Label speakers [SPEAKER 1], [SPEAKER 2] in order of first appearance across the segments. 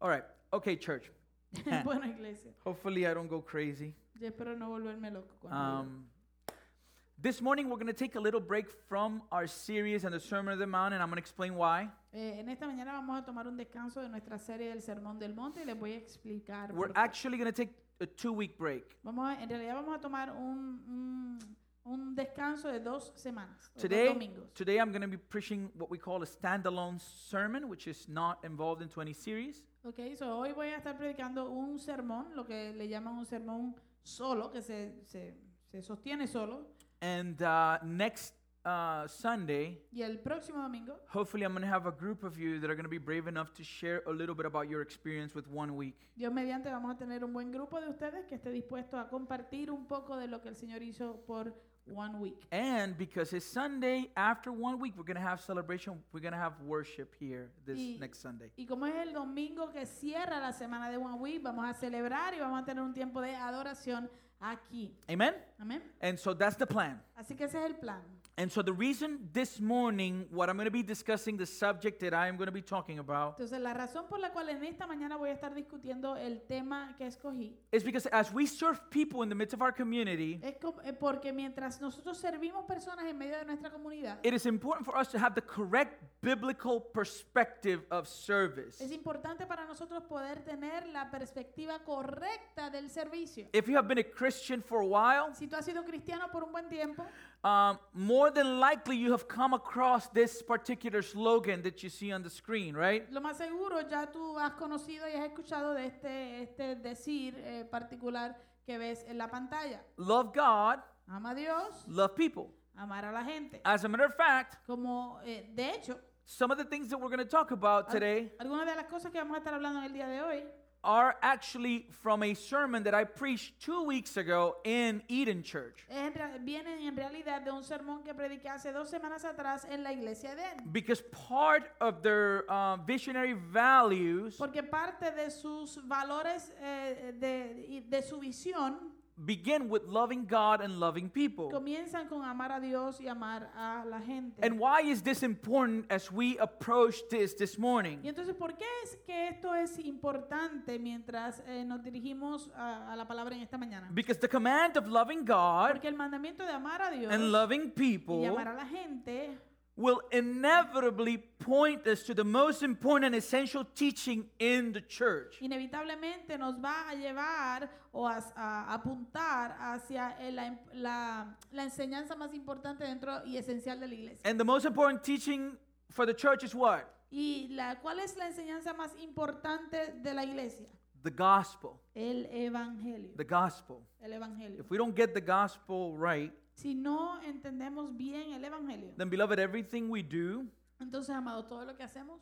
[SPEAKER 1] All right. Okay, church.
[SPEAKER 2] Buena iglesia.
[SPEAKER 1] Hopefully, I don't go crazy.
[SPEAKER 2] Yo espero no volverme loco cuando
[SPEAKER 1] Um, this morning, we're going to take a little break from our series on the Sermon on the Mount, and I'm going to explain why.
[SPEAKER 2] Eh, en esta mañana vamos a tomar un descanso de nuestra serie del Sermón del Monte y les voy a explicar.
[SPEAKER 1] We're
[SPEAKER 2] por qué.
[SPEAKER 1] actually going to take a two week break.
[SPEAKER 2] Vamos a- en realidad vamos a tomar un, un, un descanso de dos semanas, o
[SPEAKER 1] Today-
[SPEAKER 2] dos domingos.
[SPEAKER 1] Today, I'm going to be preaching what we call a standalone sermon, which is not involved into any series.
[SPEAKER 2] Ok, so hoy voy a estar predicando un sermón, lo que le llaman un sermón solo, que se, se, se sostiene solo.
[SPEAKER 1] And uh, next uh, Sunday,
[SPEAKER 2] Y el próximo domingo
[SPEAKER 1] hopefully, I'm going to have a group of you that are going to be brave enough to share a little bit about your experience with one week.
[SPEAKER 2] Dios mediante vamos a tener un buen grupo de ustedes que esté dispuesto a compartir un poco de lo que el Señor hizo por One Week.
[SPEAKER 1] And because it's Sunday, after one week, we're going to have celebration. We're going to have worship here this
[SPEAKER 2] Y-
[SPEAKER 1] next Sunday.
[SPEAKER 2] Y como es el domingo que cierra la semana de One Week, vamos a celebrar y vamos a tener un tiempo de adoración aquí.
[SPEAKER 1] Amen?
[SPEAKER 2] Amén.
[SPEAKER 1] And so that's the plan.
[SPEAKER 2] Así que ese es el plan.
[SPEAKER 1] And so the reason this morning, what I'm going to be discussing, the subject that I am going to be talking about,
[SPEAKER 2] Entonces, la razón por la cual en esta mañana voy a estar discutiendo el tema que escogí
[SPEAKER 1] is because as we serve people in the midst of our community,
[SPEAKER 2] es co- eh, porque mientras nosotros servimos personas en medio de nuestra comunidad,
[SPEAKER 1] it is important for us to have the correct biblical perspective of service.
[SPEAKER 2] es importante para nosotros poder tener la perspectiva correcta del servicio.
[SPEAKER 1] If you have been a Christian for a while,
[SPEAKER 2] Si tú has sido cristiano por un buen tiempo,
[SPEAKER 1] um, more than likely you have come across this particular slogan that you see on the screen, right?
[SPEAKER 2] lo más seguro ya tú has conocido y has escuchado de este, este decir eh, particular que ves en la pantalla.
[SPEAKER 1] love God,
[SPEAKER 2] Ama a Dios,
[SPEAKER 1] love people.
[SPEAKER 2] amar a la gente.
[SPEAKER 1] As a matter of fact,
[SPEAKER 2] Como, eh, de hecho,
[SPEAKER 1] some of the things that we're going to talk about
[SPEAKER 2] al-
[SPEAKER 1] today
[SPEAKER 2] algunas de las cosas que vamos a estar hablando en el día de hoy
[SPEAKER 1] are actually from a sermon that I preached two weeks ago in Eden Church.
[SPEAKER 2] es en rea- vienen en realidad de un sermón que prediqué hace dos semanas atrás en la iglesia de Eden.
[SPEAKER 1] Because part of their uh, visionary values
[SPEAKER 2] Porque parte de sus valores, eh, de, y de su visión,
[SPEAKER 1] begin with loving God and loving people.
[SPEAKER 2] comienzan con amar a Dios y amar a la gente.
[SPEAKER 1] And why is this important as we approach this this
[SPEAKER 2] Y
[SPEAKER 1] morning?
[SPEAKER 2] entonces, ¿por qué es que esto es importante mientras eh, nos dirigimos a, a la palabra en esta mañana?
[SPEAKER 1] Because the command of loving God
[SPEAKER 2] Porque el mandamiento de amar a Dios
[SPEAKER 1] and loving
[SPEAKER 2] y
[SPEAKER 1] people
[SPEAKER 2] amar a la gente
[SPEAKER 1] will inevitably point us to the most important and essential teaching in the church.
[SPEAKER 2] inevitablemente nos va a llevar o a, a apuntar hacia el- la, em, la- la enseñanza más importante dentro y esencial de la iglesia.
[SPEAKER 1] And the most important teaching for the church is what?
[SPEAKER 2] ¿Y la, cuál es la enseñanza más importante de la iglesia?
[SPEAKER 1] The gospel.
[SPEAKER 2] El evangelio.
[SPEAKER 1] The gospel.
[SPEAKER 2] El evangelio.
[SPEAKER 1] If we don't get the gospel right,
[SPEAKER 2] Si no entendemos bien el evangelio,
[SPEAKER 1] then, beloved, everything we do
[SPEAKER 2] entonces, amado, todo lo que hacemos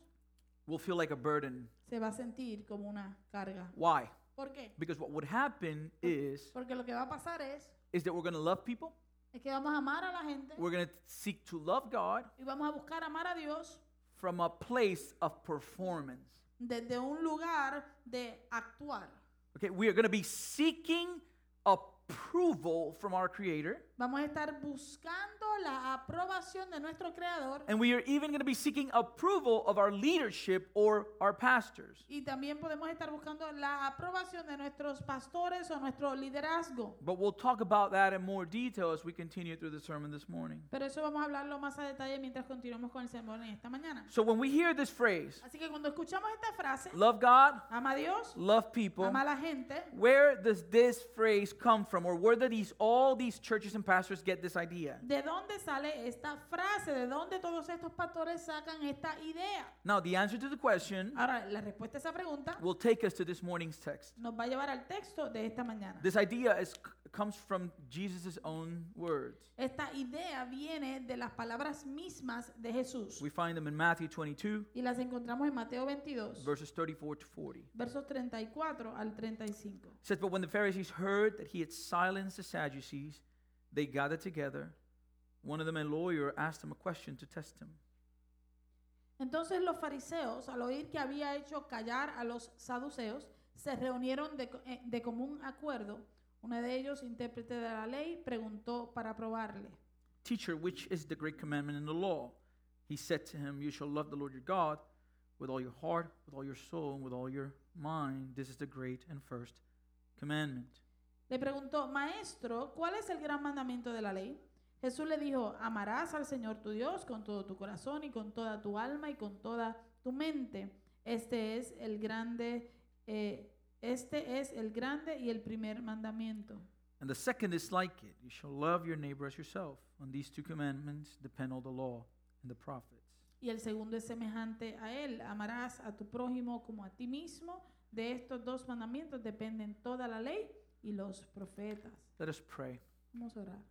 [SPEAKER 1] will feel like a burden.
[SPEAKER 2] se va a sentir como una carga.
[SPEAKER 1] Why?
[SPEAKER 2] ¿Por qué?
[SPEAKER 1] Because what would happen is
[SPEAKER 2] Porque lo que va a pasar es,
[SPEAKER 1] is that we're going to love people.
[SPEAKER 2] es que vamos a amar a la gente
[SPEAKER 1] We're going to seek to love God
[SPEAKER 2] y vamos a buscar amar a Dios
[SPEAKER 1] from a place of performance.
[SPEAKER 2] desde un lugar de actuar.
[SPEAKER 1] Okay, we are going to be seeking approval from our creator.
[SPEAKER 2] Vamos a estar buscando la aprobación de nuestro creador
[SPEAKER 1] And we are even going to be seeking approval of our leadership or our pastors.
[SPEAKER 2] y también podemos estar buscando la aprobación de nuestros pastores o nuestro liderazgo.
[SPEAKER 1] But we'll talk about that in more detail as we continue through the sermon this morning.
[SPEAKER 2] Pero eso vamos a hablarlo más a detalle mientras continuemos con el sermón en esta mañana.
[SPEAKER 1] So when we hear this phrase,
[SPEAKER 2] Así que cuando escuchamos esta frase,
[SPEAKER 1] love God,
[SPEAKER 2] ama a Dios,
[SPEAKER 1] love people,
[SPEAKER 2] ama a la gente,
[SPEAKER 1] where does this phrase come from or where do these all these churches and pastors get this idea?
[SPEAKER 2] ¿De dónde sale esta frase? ¿De dónde todos estos pastores sacan esta idea?
[SPEAKER 1] Now, the answer to the question
[SPEAKER 2] Ahora, la respuesta a esa pregunta
[SPEAKER 1] will take us to this morning's text.
[SPEAKER 2] nos va a llevar al texto de esta mañana.
[SPEAKER 1] This idea is comes from Jesus' own words.
[SPEAKER 2] Esta idea viene de las palabras mismas de Jesús
[SPEAKER 1] We find them in Matthew 22
[SPEAKER 2] y las encontramos en Mateo 22,
[SPEAKER 1] verses 34 to 40.
[SPEAKER 2] versos 34 al 35.
[SPEAKER 1] It says, But when the Pharisees heard that he had silenced the Sadducees, they gathered together. One of them, a lawyer, asked him a question to test him.
[SPEAKER 2] Entonces los fariseos, al oír que había hecho callar a los saduceos, se reunieron de, co- eh, de común acuerdo. Uno de ellos, intérprete de la ley, preguntó para probarle.
[SPEAKER 1] Teacher, which is the great commandment in the law? He said to him, You shall love the Lord your God with all your heart, with all your soul, and with all your mind. This is the great and first commandment.
[SPEAKER 2] Le preguntó, Maestro, ¿cuál es el gran mandamiento de la ley? Jesús le dijo, amarás al Señor tu Dios con todo tu corazón y con toda tu alma y con toda tu mente. Este es el grande, eh, este es el grande y el primer mandamiento.
[SPEAKER 1] And the second is like it you shall love your neighbor as yourself. On these two commandments depend all the law and the prophets.
[SPEAKER 2] Y el segundo es semejante a él, amarás a tu prójimo como a ti mismo. De estos dos mandamientos dependen toda la ley y los profetas.
[SPEAKER 1] Let us pray.
[SPEAKER 2] Vamos a orar.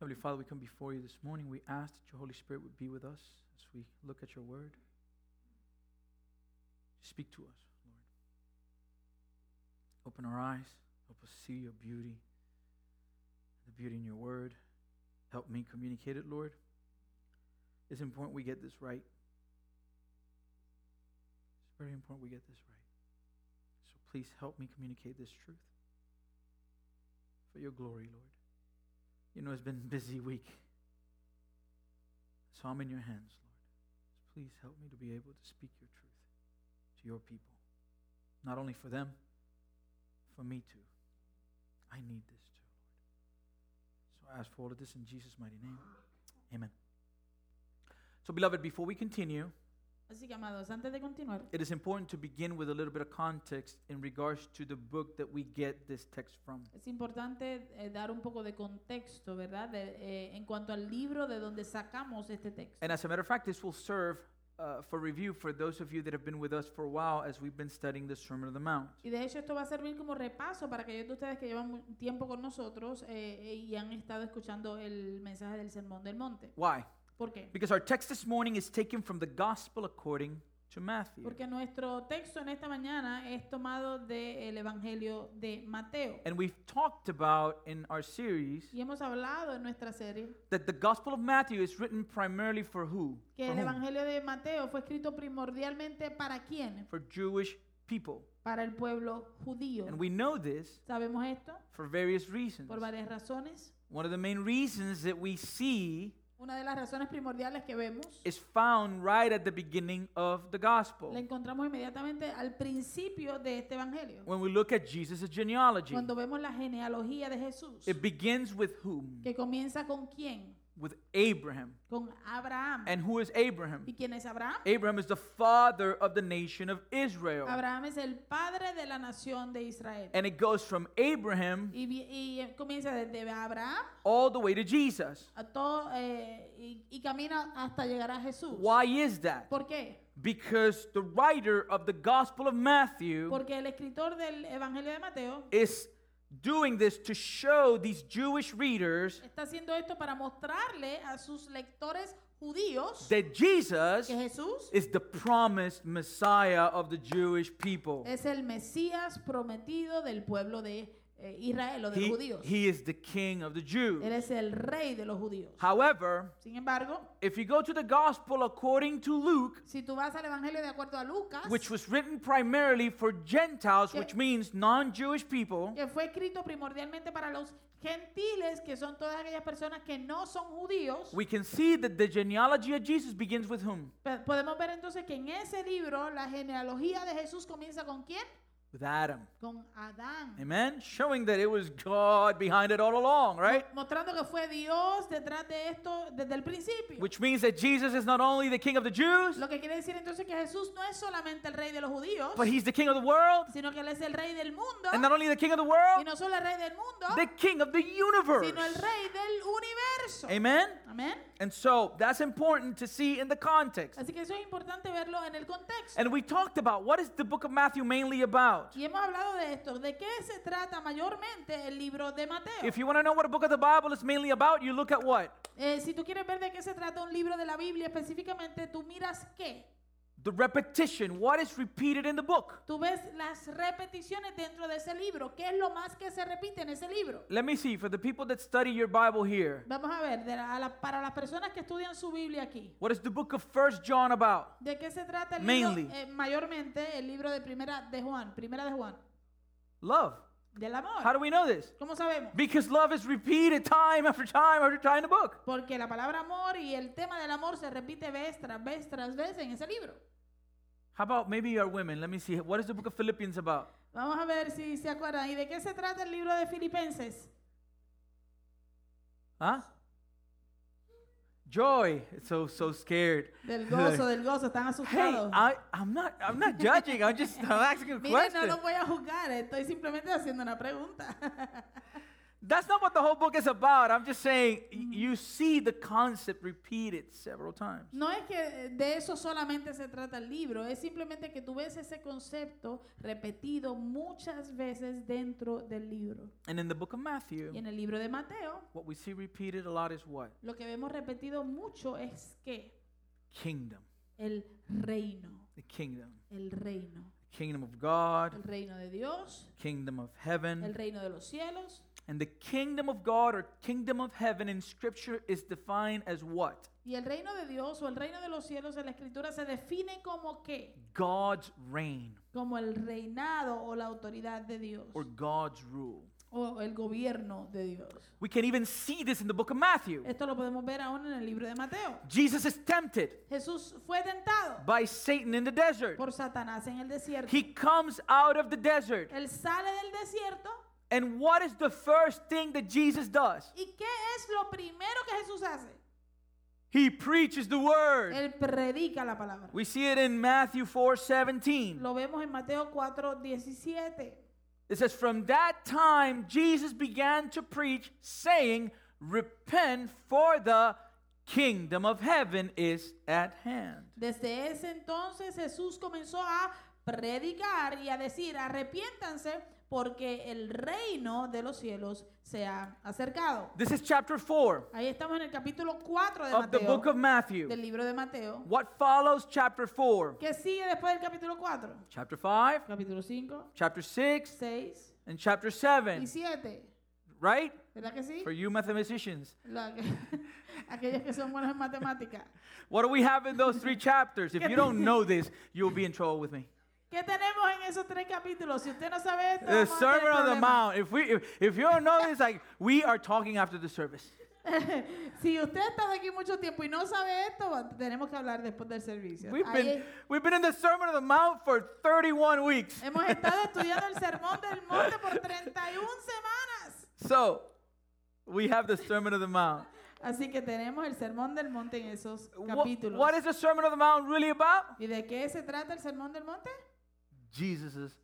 [SPEAKER 1] Heavenly Father, we come before you this morning. We ask that your Holy Spirit would be with us as we look at your word. Speak to us, Lord. Open our eyes. Help us see your beauty, the beauty in your word. Help me communicate it, Lord. It's important we get this right. It's very important we get this right. So please help me communicate this truth for your glory, Lord. You know, it's been a busy week. So I'm in your hands, Lord. Please help me to be able to speak your truth to your people. Not only for them, for me too. I need this too, Lord. So I ask for all of this in Jesus' mighty name. Amen. So, beloved, before we continue,
[SPEAKER 2] Así que, amados, antes de continuar,
[SPEAKER 1] it is important to begin with a little bit of context in regards to the book that we get this text from.
[SPEAKER 2] es importante eh, dar un poco de contexto, ¿verdad? De, eh, en cuanto al libro de donde sacamos este texto.
[SPEAKER 1] And as a matter of fact, this will serve uh, for review for those of you that have been with us for a while as we've been studying the Sermon on the Mount.
[SPEAKER 2] Y de hecho esto va a servir como repaso para aquellos de ustedes que llevan mu- tiempo con nosotros eh, eh, y han estado escuchando el mensaje del Sermón del Monte.
[SPEAKER 1] Why?
[SPEAKER 2] ¿Por qué?
[SPEAKER 1] Because our text this morning is taken from the Gospel according to Matthew.
[SPEAKER 2] Porque nuestro texto en esta mañana es tomado del Evangelio de Mateo.
[SPEAKER 1] And we've talked about in our series
[SPEAKER 2] Y hemos hablado en nuestra serie
[SPEAKER 1] that the Gospel of Matthew is written primarily for who?
[SPEAKER 2] que
[SPEAKER 1] for,
[SPEAKER 2] el
[SPEAKER 1] whom?
[SPEAKER 2] Evangelio de Mateo fue escrito primordialmente para quién?
[SPEAKER 1] for Jewish people.
[SPEAKER 2] Para el pueblo judío.
[SPEAKER 1] And we know this
[SPEAKER 2] ¿Sabemos esto?
[SPEAKER 1] for various reasons.
[SPEAKER 2] Por varias razones.
[SPEAKER 1] One of the main reasons that we see
[SPEAKER 2] Una de las razones primordiales que vemos
[SPEAKER 1] is found right at the beginning of the Gospel.
[SPEAKER 2] la encontramos inmediatamente al principio de este Evangelio.
[SPEAKER 1] When we look at Jesus' genealogy,
[SPEAKER 2] Cuando vemos la genealogía de Jesús,
[SPEAKER 1] it begins with whom?
[SPEAKER 2] que comienza con quién?
[SPEAKER 1] With Abraham.
[SPEAKER 2] Con Abraham.
[SPEAKER 1] And who is Abraham?
[SPEAKER 2] ¿Y quién es Abraham?
[SPEAKER 1] Abraham is the father of the nation of Israel.
[SPEAKER 2] Abraham es el padre de la nación de Israel.
[SPEAKER 1] And it goes from Abraham
[SPEAKER 2] Y, vi- y, eh, comienza desde Abraham
[SPEAKER 1] all the way to Jesus.
[SPEAKER 2] a todo, eh, y, y camina hasta llegar a Jesús.
[SPEAKER 1] Why is that?
[SPEAKER 2] ¿Por qué?
[SPEAKER 1] Because the writer of the Gospel of Matthew
[SPEAKER 2] Porque el escritor del Evangelio de Mateo
[SPEAKER 1] is doing this to show these Jewish readers
[SPEAKER 2] está haciendo esto para mostrarle a sus lectores judíos
[SPEAKER 1] that Jesus
[SPEAKER 2] que Jesús
[SPEAKER 1] is the promised Messiah of the Jewish people.
[SPEAKER 2] es el Mesías prometido del pueblo de eh, Israel o de los
[SPEAKER 1] He,
[SPEAKER 2] judíos.
[SPEAKER 1] he is the king of the Jews.
[SPEAKER 2] Él es el rey de los judíos.
[SPEAKER 1] However,
[SPEAKER 2] Sin embargo,
[SPEAKER 1] if you go to the gospel according to Luke,
[SPEAKER 2] si tú vas al Evangelio de acuerdo a Lucas,
[SPEAKER 1] which was written primarily for Gentiles, which means non Jewish people,
[SPEAKER 2] que fue escrito primordialmente para los gentiles, que son todas aquellas personas que no son judíos,
[SPEAKER 1] we can see that the genealogy of Jesus begins with whom?
[SPEAKER 2] pe- podemos ver entonces que en ese libro la genealogía de Jesús comienza con quién?
[SPEAKER 1] With Adam.
[SPEAKER 2] Con Adán.
[SPEAKER 1] Amen? Showing that it was God behind it all along, right?
[SPEAKER 2] Mostrando que fue Dios detrás de esto desde el principio.
[SPEAKER 1] Which means that Jesus is not only the king of the Jews,
[SPEAKER 2] Lo que quiere decir entonces que Jesús no es solamente el rey de los judíos,
[SPEAKER 1] but he's the king of the world.
[SPEAKER 2] sino que él es el rey del mundo.
[SPEAKER 1] And not only the king of the
[SPEAKER 2] Y
[SPEAKER 1] world,
[SPEAKER 2] no solo el rey del mundo,
[SPEAKER 1] the king of the universe.
[SPEAKER 2] sino el rey del universo.
[SPEAKER 1] Amen?
[SPEAKER 2] Amén.
[SPEAKER 1] And so that's important to see in the context.
[SPEAKER 2] Así que eso es importante verlo en el contexto.
[SPEAKER 1] And we talked about what is the book of Matthew mainly about.
[SPEAKER 2] Y hemos hablado de esto. ¿De qué se trata mayormente el libro de Mateo?
[SPEAKER 1] If you want to know what a book of the Bible is mainly about, you look at what?
[SPEAKER 2] Eh, si tú quieres ver de qué se trata un libro de la Biblia específicamente, tú miras qué.
[SPEAKER 1] The repetition, what is repeated in the book.
[SPEAKER 2] Tú ves las repeticiones dentro de ese libro. ¿Qué es lo más que se repite en ese libro?
[SPEAKER 1] Let me see, for the people that study your Bible here,
[SPEAKER 2] Vamos a ver, de la- a la- para las personas que estudian su Biblia aquí,
[SPEAKER 1] what is the book of First John about?
[SPEAKER 2] ¿de qué se trata el
[SPEAKER 1] Mainly.
[SPEAKER 2] libro? Eh, mayormente el libro de Primera de Juan, Primera de Juan,
[SPEAKER 1] Love.
[SPEAKER 2] del
[SPEAKER 1] How
[SPEAKER 2] amor.
[SPEAKER 1] do we know this?
[SPEAKER 2] ¿Cómo sabemos?
[SPEAKER 1] Because love is repeated time after time after time in the book.
[SPEAKER 2] Porque la palabra amor y el tema del amor se repite vez tras vez tras vez en ese libro.
[SPEAKER 1] How about maybe you are women? Let me see. What is the book of Philippians about?
[SPEAKER 2] Vamos a ver si se acuerdan. ¿Y de qué se trata el libro de Filipenses?
[SPEAKER 1] Huh? Joy. So so scared.
[SPEAKER 2] Del gozo, del gozo. Están
[SPEAKER 1] Hey,
[SPEAKER 2] asustados.
[SPEAKER 1] I I'm not I'm not judging. I'm just I'm asking a
[SPEAKER 2] Miren, no
[SPEAKER 1] question.
[SPEAKER 2] los voy a juzgar. Estoy simplemente haciendo una pregunta.
[SPEAKER 1] That's not what the whole book is about. I'm just saying y- you see the concept repeated several times.
[SPEAKER 2] No es que de eso solamente se trata el libro, es simplemente que tú ves ese concepto repetido muchas veces dentro del libro.
[SPEAKER 1] And in the book of Matthew,
[SPEAKER 2] Y en el libro de Mateo,
[SPEAKER 1] what we see repeated a lot is what?
[SPEAKER 2] lo que vemos repetido mucho es que
[SPEAKER 1] Kingdom.
[SPEAKER 2] el reino,
[SPEAKER 1] The kingdom.
[SPEAKER 2] el reino,
[SPEAKER 1] The kingdom of God,
[SPEAKER 2] el reino de Dios,
[SPEAKER 1] kingdom of
[SPEAKER 2] el
[SPEAKER 1] heaven.
[SPEAKER 2] reino de los cielos.
[SPEAKER 1] And the kingdom of God or kingdom of heaven in scripture is defined as what?
[SPEAKER 2] Y el reino de Dios o el reino de los cielos en la escritura se define como qué?
[SPEAKER 1] God's reign
[SPEAKER 2] Como el reinado o la autoridad de Dios
[SPEAKER 1] or God's rule.
[SPEAKER 2] o el gobierno de Dios.
[SPEAKER 1] We can even see this in the book of Matthew.
[SPEAKER 2] Esto lo podemos ver aún en el libro de Mateo.
[SPEAKER 1] Jesus is tempted
[SPEAKER 2] Jesús fue tentado
[SPEAKER 1] by Satan in the desert.
[SPEAKER 2] por Satanás en el desierto.
[SPEAKER 1] He comes out of the desert.
[SPEAKER 2] Él sale del desierto
[SPEAKER 1] And what is the first thing that Jesus does?
[SPEAKER 2] y ¿qué es lo primero que Jesús hace?
[SPEAKER 1] He preaches the word.
[SPEAKER 2] Él predica la palabra.
[SPEAKER 1] We see it in Matthew 4 17.
[SPEAKER 2] Lo vemos en Mateo 4, 17.
[SPEAKER 1] It says, From that time Jesus began to preach, saying, Repent, for the kingdom of heaven is at hand.
[SPEAKER 2] Desde ese entonces Jesús comenzó a predicar y a decir, arrepiéntanse porque el reino de los cielos se ha acercado.
[SPEAKER 1] This is chapter 4
[SPEAKER 2] Ahí estamos en el capítulo 4 de
[SPEAKER 1] of the book
[SPEAKER 2] Mateo,
[SPEAKER 1] of Matthew.
[SPEAKER 2] del libro de Mateo.
[SPEAKER 1] What follows chapter 4,
[SPEAKER 2] ¿Qué sigue después del capítulo 4?
[SPEAKER 1] chapter 5,
[SPEAKER 2] Capítulo 5,
[SPEAKER 1] chapter 6,
[SPEAKER 2] 6
[SPEAKER 1] and chapter
[SPEAKER 2] y
[SPEAKER 1] 7,
[SPEAKER 2] 7.
[SPEAKER 1] right?
[SPEAKER 2] ¿Verdad que sí?
[SPEAKER 1] For you mathematicians.
[SPEAKER 2] La- aquellos que son buenos en matemáticas.
[SPEAKER 1] What do we have in those three chapters? If you don't know this, you'll be in trouble with me.
[SPEAKER 2] ¿Qué tenemos en esos tres capítulos? Si usted no sabe esto,
[SPEAKER 1] The
[SPEAKER 2] vamos a tener
[SPEAKER 1] Sermon on the
[SPEAKER 2] problemas.
[SPEAKER 1] Mount. If we if, if you don't know this, like we are talking after the service.
[SPEAKER 2] si usted ha estado aquí mucho tiempo y no sabe esto, va- tenemos que hablar después del servicio.
[SPEAKER 1] We've
[SPEAKER 2] Ahí
[SPEAKER 1] been we've been in the Sermon on the Mount for 31 weeks.
[SPEAKER 2] hemos estado estudiando el sermón del monte por 31 semanas.
[SPEAKER 1] So we have the Sermon on the Mount.
[SPEAKER 2] Así que tenemos el sermón del monte en esos
[SPEAKER 1] Wha-
[SPEAKER 2] capítulos.
[SPEAKER 1] what is the Sermon on the Mount really about?
[SPEAKER 2] ¿Y de qué se trata el sermón del monte?
[SPEAKER 1] Jesus'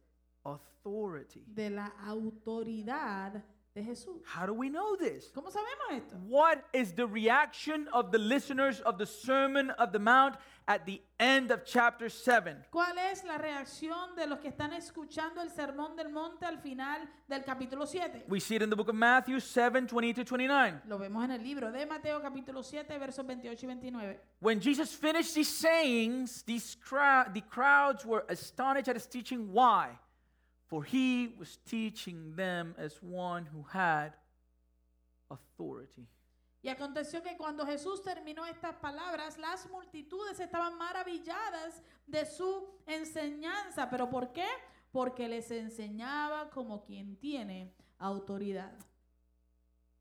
[SPEAKER 1] authority.
[SPEAKER 2] De la autoridad de Jesús.
[SPEAKER 1] How do we know this?
[SPEAKER 2] ¿Cómo sabemos esto?
[SPEAKER 1] What is the reaction of the listeners of the Sermon of the Mount at the end of chapter 7?
[SPEAKER 2] ¿Cuál es la reacción de los que están escuchando el sermón del monte al final del capítulo 7?
[SPEAKER 1] We see it in the book of Matthew 7 20 to 29.
[SPEAKER 2] Lo vemos en el libro de Mateo capítulo 7 versos 28 y 29.
[SPEAKER 1] When Jesus finished these sayings, these crowd, the crowds were astonished at his teaching. Why? For he was teaching them as one who had authority.
[SPEAKER 2] Y aconteció que cuando Jesús terminó estas palabras, las multitudes estaban maravilladas de su enseñanza. ¿Pero por qué? Porque les enseñaba como quien tiene autoridad.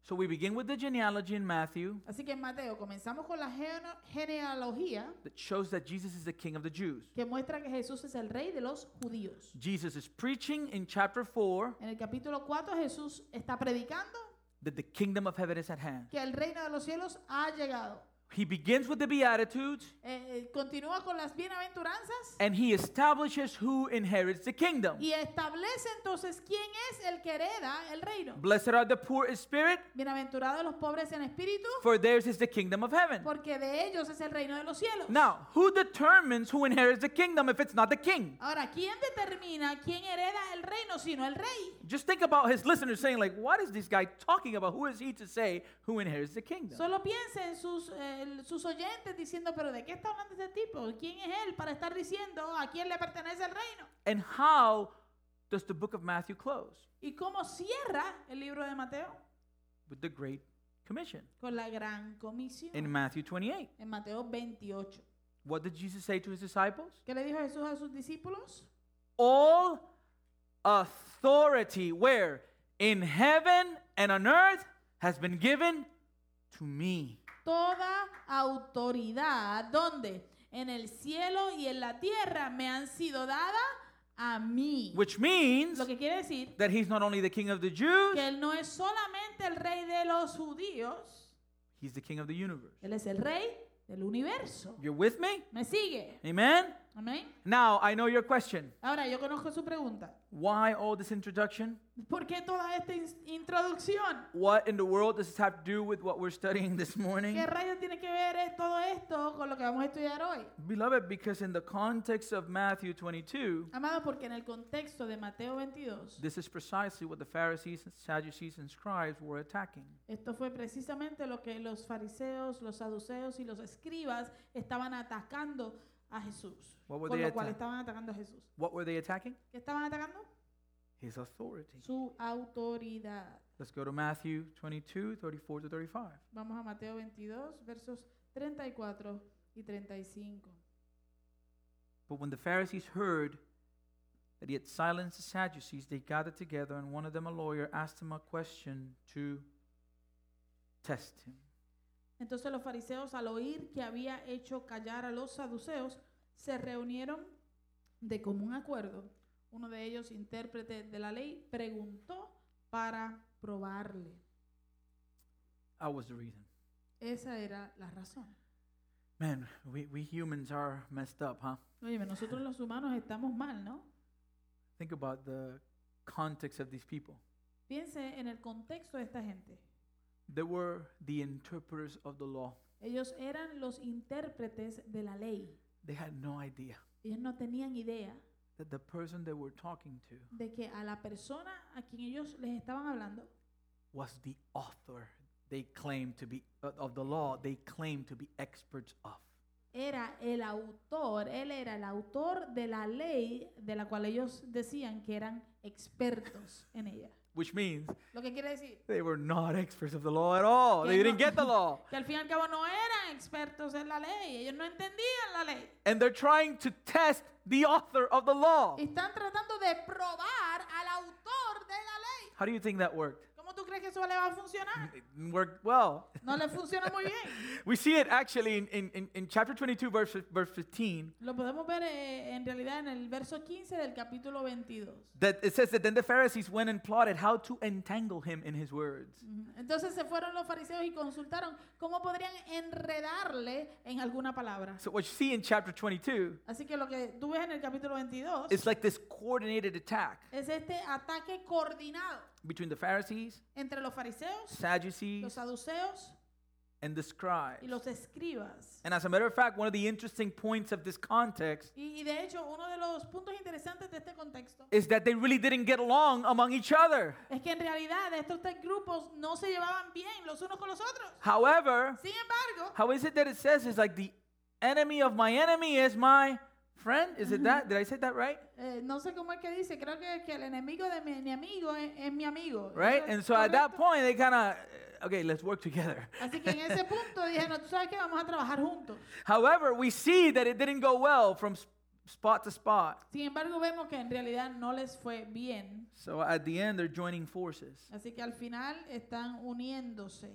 [SPEAKER 1] So we begin with the genealogy in Matthew
[SPEAKER 2] Así que en Mateo comenzamos con la gene- genealogía
[SPEAKER 1] that shows that Jesus is the king of the Jews.
[SPEAKER 2] que muestra que Jesús es el rey de los judíos.
[SPEAKER 1] Jesus is preaching in chapter 4
[SPEAKER 2] En el capítulo 4 Jesús está predicando
[SPEAKER 1] that the kingdom of heaven is at hand.
[SPEAKER 2] que el reino de los cielos ha llegado.
[SPEAKER 1] He begins with the Beatitudes
[SPEAKER 2] Eh, eh, continúa con las bienaventuranzas
[SPEAKER 1] and he establishes who inherits the kingdom.
[SPEAKER 2] y establece entonces quién es el que hereda el reino.
[SPEAKER 1] Blessed are the poor in spirit,
[SPEAKER 2] Bienaventurados los pobres en espíritu,
[SPEAKER 1] for theirs is the kingdom of heaven.
[SPEAKER 2] porque de ellos es el reino de los cielos.
[SPEAKER 1] Now, who determines who inherits the kingdom if it's not the king?
[SPEAKER 2] Ahora, ¿quién determina quién hereda el reino sino el rey?
[SPEAKER 1] Just think about his listeners saying, like, what is this guy talking about? Who is he to say who inherits the kingdom?
[SPEAKER 2] Solo piensen sus, eh, el- sus oyentes diciendo, pero ¿de qué está hablando este tipo? ¿Quién es él para estar diciendo a quién le pertenece el reino?
[SPEAKER 1] And how does the book of Matthew close?
[SPEAKER 2] ¿Y cómo cierra el libro de Mateo?
[SPEAKER 1] With the Great Commission
[SPEAKER 2] Con la gran comisión.
[SPEAKER 1] in Matthew 28.
[SPEAKER 2] en Mateo 28.
[SPEAKER 1] What did Jesus say to his disciples?
[SPEAKER 2] ¿Qué le dijo Jesús a sus discípulos?
[SPEAKER 1] all authority where in heaven and on earth has been given to me.
[SPEAKER 2] Toda autoridad, ¿dónde? en el cielo y en la tierra me han sido dadas a mí.
[SPEAKER 1] Which means
[SPEAKER 2] Lo que quiere decir
[SPEAKER 1] that he's not only the king of the Jews,
[SPEAKER 2] que él no es solamente el rey de los judíos,
[SPEAKER 1] he's the king of the universe.
[SPEAKER 2] él es el rey del universo.
[SPEAKER 1] You're with me?
[SPEAKER 2] ¿Me sigue?
[SPEAKER 1] Amen?
[SPEAKER 2] Amén.
[SPEAKER 1] Now, I know your question.
[SPEAKER 2] Ahora yo conozco su pregunta.
[SPEAKER 1] Why all this introduction?
[SPEAKER 2] ¿Por qué toda esta in- introducción?
[SPEAKER 1] What in the world does this have to do with what we're studying this morning?
[SPEAKER 2] ¿Qué rayos tiene que ver eh, todo esto con lo que vamos a estudiar hoy?
[SPEAKER 1] Beloved, because in the context of Matthew 22,
[SPEAKER 2] Amado, porque en el contexto de Mateo 22,
[SPEAKER 1] this is precisely what the Pharisees, Sadducees, and scribes were attacking.
[SPEAKER 2] esto fue precisamente lo que los fariseos, los saduceos y los escribas estaban atacando a Jesús.
[SPEAKER 1] What were
[SPEAKER 2] Con
[SPEAKER 1] they
[SPEAKER 2] lo cual
[SPEAKER 1] atta-
[SPEAKER 2] estaban atacando a Jesús.
[SPEAKER 1] What were they attacking?
[SPEAKER 2] ¿Qué estaban atacando?
[SPEAKER 1] His authority.
[SPEAKER 2] Su autoridad.
[SPEAKER 1] Let's go to Matthew 22, 34 to 35.
[SPEAKER 2] Vamos a Mateo 22, versos 34 y 35.
[SPEAKER 1] But when the Pharisees heard that he had silenced the Sadducees, they gathered together, and one of them, a lawyer, asked him a question to test him.
[SPEAKER 2] Entonces los fariseos, al oír que había hecho callar a los saduceos, se reunieron de común acuerdo. Uno de ellos, intérprete de la ley, preguntó para probarle.
[SPEAKER 1] That was the reason.
[SPEAKER 2] Esa era la razón.
[SPEAKER 1] Man, we, we humans are messed up, huh?
[SPEAKER 2] Oye, nosotros los humanos estamos mal, ¿no?
[SPEAKER 1] Think about the context of these people.
[SPEAKER 2] Piense en el contexto de esta gente.
[SPEAKER 1] They were the interpreters of the law.
[SPEAKER 2] Ellos eran los intérpretes de la ley.
[SPEAKER 1] They had no idea
[SPEAKER 2] Ellos no tenían idea
[SPEAKER 1] that the person they were talking to
[SPEAKER 2] de que a la persona a quien ellos les estaban hablando
[SPEAKER 1] was the author they claimed to be uh, of the law they claimed to be experts of.
[SPEAKER 2] era el autor, él era el autor de la ley de la cual ellos decían que eran expertos en ella.
[SPEAKER 1] Which means
[SPEAKER 2] Lo que quiere decir
[SPEAKER 1] they were not experts of the law at all. They didn't get the law.
[SPEAKER 2] que al fin y al cabo no eran expertos en la ley, ellos no entendían la ley.
[SPEAKER 1] And they're trying to test the author of the law.
[SPEAKER 2] Están tratando de probar al autor de la ley.
[SPEAKER 1] How do you think that worked?
[SPEAKER 2] ¿Cómo tú crees que eso le va a funcionar?
[SPEAKER 1] It worked well.
[SPEAKER 2] No le funciona muy bien.
[SPEAKER 1] We see it actually in, in, in, in chapter 22, verse, verse 15,
[SPEAKER 2] Lo podemos ver eh, en realidad en el verso 15 del capítulo 22.
[SPEAKER 1] that it says that then the Pharisees went and plotted how to entangle him in his words.
[SPEAKER 2] Ujú. Entonces se fueron los fariseos y consultaron cómo podrían enredarle en alguna palabra.
[SPEAKER 1] So, what you see in chapter 22
[SPEAKER 2] Así que lo que tú ves en el capítulo 22
[SPEAKER 1] is like this coordinated attack
[SPEAKER 2] es este ataque coordinado
[SPEAKER 1] between the Pharisees,
[SPEAKER 2] entre los fariseos, los
[SPEAKER 1] Sadducees,
[SPEAKER 2] saduceos
[SPEAKER 1] and the
[SPEAKER 2] y
[SPEAKER 1] scribes.
[SPEAKER 2] los escribas.
[SPEAKER 1] And as a matter of fact, one of the interesting points of this context
[SPEAKER 2] Y, y de hecho, uno de los puntos interesantes de este contexto
[SPEAKER 1] is that they really didn't get along among each other.
[SPEAKER 2] es que en realidad estos tres grupos no se llevaban bien los unos con los otros.
[SPEAKER 1] However,
[SPEAKER 2] Sin embargo,
[SPEAKER 1] how is it that it says it's like the enemy of my enemy is my friend? Is it that? Did I say that right?
[SPEAKER 2] eh, no sé cómo es que dice, creo que, que el enemigo de mi, mi amigo es, es mi amigo.
[SPEAKER 1] Right?
[SPEAKER 2] ¿Eso es
[SPEAKER 1] And so at that
[SPEAKER 2] correcto?
[SPEAKER 1] point, they kind of, okay, let's work together.
[SPEAKER 2] Así que en ese punto dijeron, tú sabes que vamos a trabajar juntos.
[SPEAKER 1] However, we see that it didn't go well from s- spot to spot.
[SPEAKER 2] Sin embargo, vemos que en realidad no les fue bien.
[SPEAKER 1] So at the end, they're joining forces
[SPEAKER 2] Así que al final están uniéndose,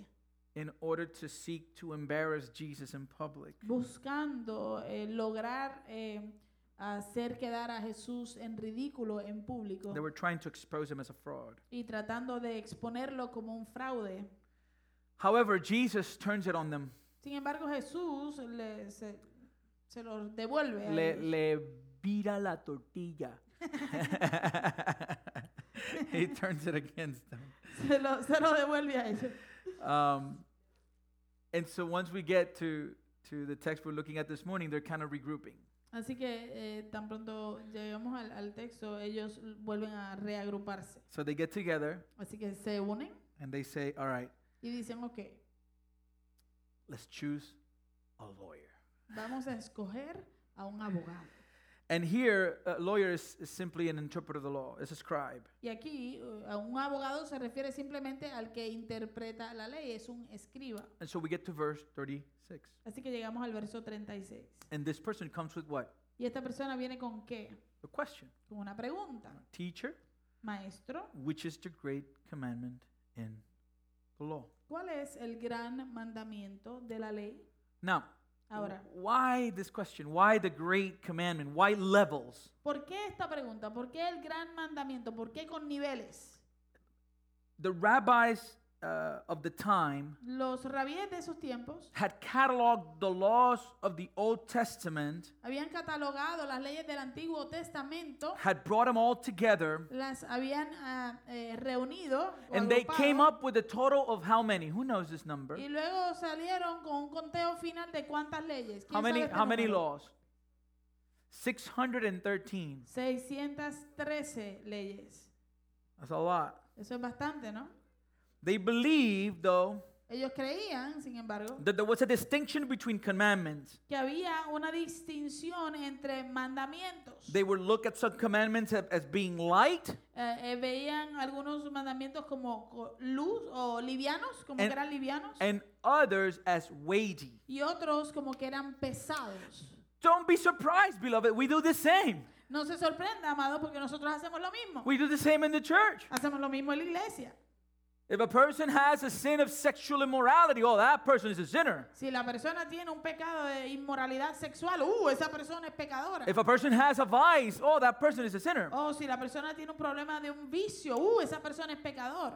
[SPEAKER 1] in order to seek to embarrass Jesus in public.
[SPEAKER 2] buscando eh, lograr eh, hacer quedar a Jesús en ridículo en público
[SPEAKER 1] They were trying to expose him as a fraud.
[SPEAKER 2] y tratando de exponerlo como un fraude.
[SPEAKER 1] However, Jesus turns it on them.
[SPEAKER 2] Sin embargo, Jesús le- se, se los devuelve. a
[SPEAKER 1] Le,
[SPEAKER 2] ellos.
[SPEAKER 1] le vira la tortilla. he turns it against them.
[SPEAKER 2] Se, lo, se lo devuelve a ellos.
[SPEAKER 1] Um, and so once we get to, to the text we're looking at this morning, they're kind of regrouping.
[SPEAKER 2] Así que eh, tan pronto llegamos al, al texto, ellos vuelven a reagruparse.
[SPEAKER 1] So they get together
[SPEAKER 2] Así que se unen
[SPEAKER 1] and they say, all right,
[SPEAKER 2] y dicen, ok,
[SPEAKER 1] let's choose a lawyer.
[SPEAKER 2] Vamos a escoger a un abogado.
[SPEAKER 1] And here, a lawyer is, is simply an interpreter of the law, it's a scribe.
[SPEAKER 2] Y aquí eh, a un abogado se refiere simplemente al que interpreta la ley, es un escriba.
[SPEAKER 1] And so we get to verse 36.
[SPEAKER 2] Así que llegamos al verso 36.
[SPEAKER 1] And this person comes with what?
[SPEAKER 2] Y esta persona viene con qué?
[SPEAKER 1] A question.
[SPEAKER 2] Con una pregunta.
[SPEAKER 1] Teacher,
[SPEAKER 2] Maestro,
[SPEAKER 1] which is the great commandment in the law?
[SPEAKER 2] ¿cuál es el gran mandamiento de la ley?
[SPEAKER 1] Now,
[SPEAKER 2] Ahora,
[SPEAKER 1] Why this question? Why the great commandment? Why levels?
[SPEAKER 2] ¿por qué esta pregunta? ¿Por qué el gran mandamiento? ¿Por qué con niveles?
[SPEAKER 1] The rabbis uh, of the time
[SPEAKER 2] Los rabíes de esos tiempos
[SPEAKER 1] had cataloged the laws of the Old Testament,
[SPEAKER 2] habían catalogado las leyes del Antiguo Testamento,
[SPEAKER 1] had brought them all together,
[SPEAKER 2] las habían ah, eh, reunido o
[SPEAKER 1] and they
[SPEAKER 2] agrupado,
[SPEAKER 1] came up with a total of how many? Who knows this number?
[SPEAKER 2] y luego salieron con un conteo final de cuántas leyes. ¿Quién
[SPEAKER 1] How
[SPEAKER 2] sabe
[SPEAKER 1] many?
[SPEAKER 2] este
[SPEAKER 1] How many
[SPEAKER 2] número?
[SPEAKER 1] laws? Six hundred and thirteen.
[SPEAKER 2] 613 leyes.
[SPEAKER 1] That's a lot.
[SPEAKER 2] Eso es bastante, ¿no?
[SPEAKER 1] They believed, though,
[SPEAKER 2] Ellos creían, sin embargo,
[SPEAKER 1] that there was a distinction between commandments.
[SPEAKER 2] que había una distinción entre mandamientos.
[SPEAKER 1] They would look at some commandments a- as being light,
[SPEAKER 2] Eh, eh, veían algunos mandamientos como co- luz o livianos, como
[SPEAKER 1] And-
[SPEAKER 2] que eran livianos,
[SPEAKER 1] and others as weighty.
[SPEAKER 2] y otros como que eran pesados.
[SPEAKER 1] Don't be surprised, beloved. We do the same.
[SPEAKER 2] No se sorprenda, amado, porque nosotros hacemos lo mismo.
[SPEAKER 1] We do the same in the church.
[SPEAKER 2] Hacemos lo mismo en la iglesia.
[SPEAKER 1] If a person has a sin of sexual immorality, oh, that person is a sinner.
[SPEAKER 2] Si la persona tiene un pecado de inmoralidad sexual, uh, esa persona es pecadora.
[SPEAKER 1] If a person has a vice, oh, that person is a sinner.
[SPEAKER 2] O si la persona tiene un problema de un vicio, uh, esa persona es pecador.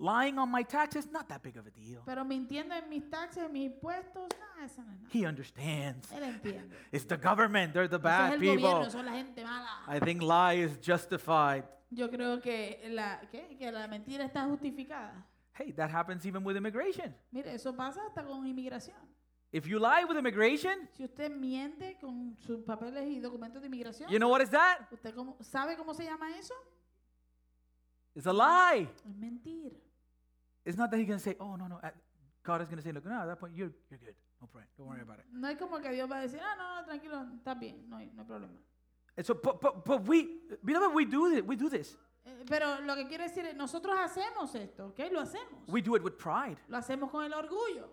[SPEAKER 1] Lying on my taxes, not that big of a deal.
[SPEAKER 2] Pero mintiendo en mis taxes, en mis impuestos, nah, eso no es nada.
[SPEAKER 1] He understands.
[SPEAKER 2] Él entiende.
[SPEAKER 1] It's the government. They're the
[SPEAKER 2] Ese es
[SPEAKER 1] bad
[SPEAKER 2] el
[SPEAKER 1] people.
[SPEAKER 2] gobierno, son la gente mala.
[SPEAKER 1] I think lie is justified.
[SPEAKER 2] Yo creo que la, ¿qué? que la mentira está justificada.
[SPEAKER 1] Hey, that happens even with immigration.
[SPEAKER 2] Mire, eso pasa hasta con inmigración.
[SPEAKER 1] If you lie with immigration,
[SPEAKER 2] Si usted miente con sus papeles y documentos de inmigración,
[SPEAKER 1] you know what is that?
[SPEAKER 2] ¿usted cómo- sabe cómo se llama eso?
[SPEAKER 1] It's a lie.
[SPEAKER 2] Es mentir.
[SPEAKER 1] It's not that he's going to say, oh, no, no. uh, God is going to say, look, no, at that point, you're, you're good. No problem. Don't worry about it.
[SPEAKER 2] No es como que Dios va a decir, ah, no, no, tranquilo, está bien, no hay, no hay problema.
[SPEAKER 1] And so, but, but, but we, beloved, we do this. We do this.
[SPEAKER 2] Eh, Pero lo que quiero decir es, nosotros hacemos esto, ¿ok? Lo hacemos.
[SPEAKER 1] We do it with pride.
[SPEAKER 2] Lo hacemos con el orgullo.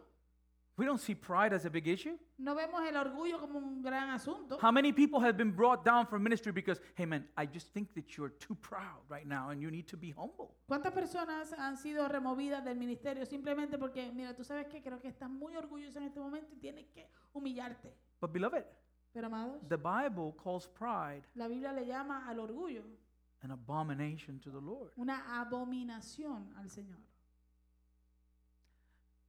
[SPEAKER 1] We don't see pride as a big issue.
[SPEAKER 2] No vemos el orgullo como un gran asunto.
[SPEAKER 1] How many people have been brought down from ministry because, hey, man, I just think that you're too proud right now and you need to be humble?
[SPEAKER 2] ¿Cuántas personas han sido removidas del ministerio simplemente porque, mira, tú sabes que creo que estás muy orgullosa en este momento y tienes que humillarte?
[SPEAKER 1] But, beloved,
[SPEAKER 2] Pero, amados,
[SPEAKER 1] the Bible calls pride
[SPEAKER 2] la Biblia le llama al orgullo
[SPEAKER 1] an abomination to the Lord.
[SPEAKER 2] una abominación al Señor.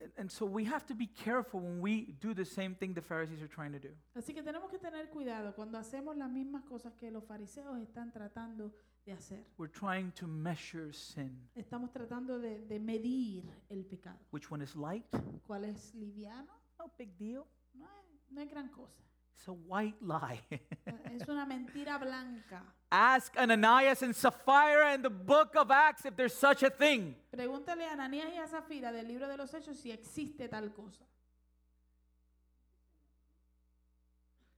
[SPEAKER 1] And, and so we have to be careful when we do the same thing the Pharisees are trying to do.
[SPEAKER 2] Así que tenemos que tener cuidado cuando hacemos las mismas cosas que los fariseos están tratando de hacer.
[SPEAKER 1] We're trying to measure sin,
[SPEAKER 2] Estamos tratando de, de medir el pecado.
[SPEAKER 1] which one is light,
[SPEAKER 2] ¿Cuál es liviano?
[SPEAKER 1] no big deal.
[SPEAKER 2] No es, no es gran cosa.
[SPEAKER 1] It's a white lie.
[SPEAKER 2] Es una mentira blanca.
[SPEAKER 1] Ask Ananias and Sapphira in the book of Acts if there's such a thing.
[SPEAKER 2] Pregúntale a Ananías y a Zafira del libro de los Hechos si existe tal cosa.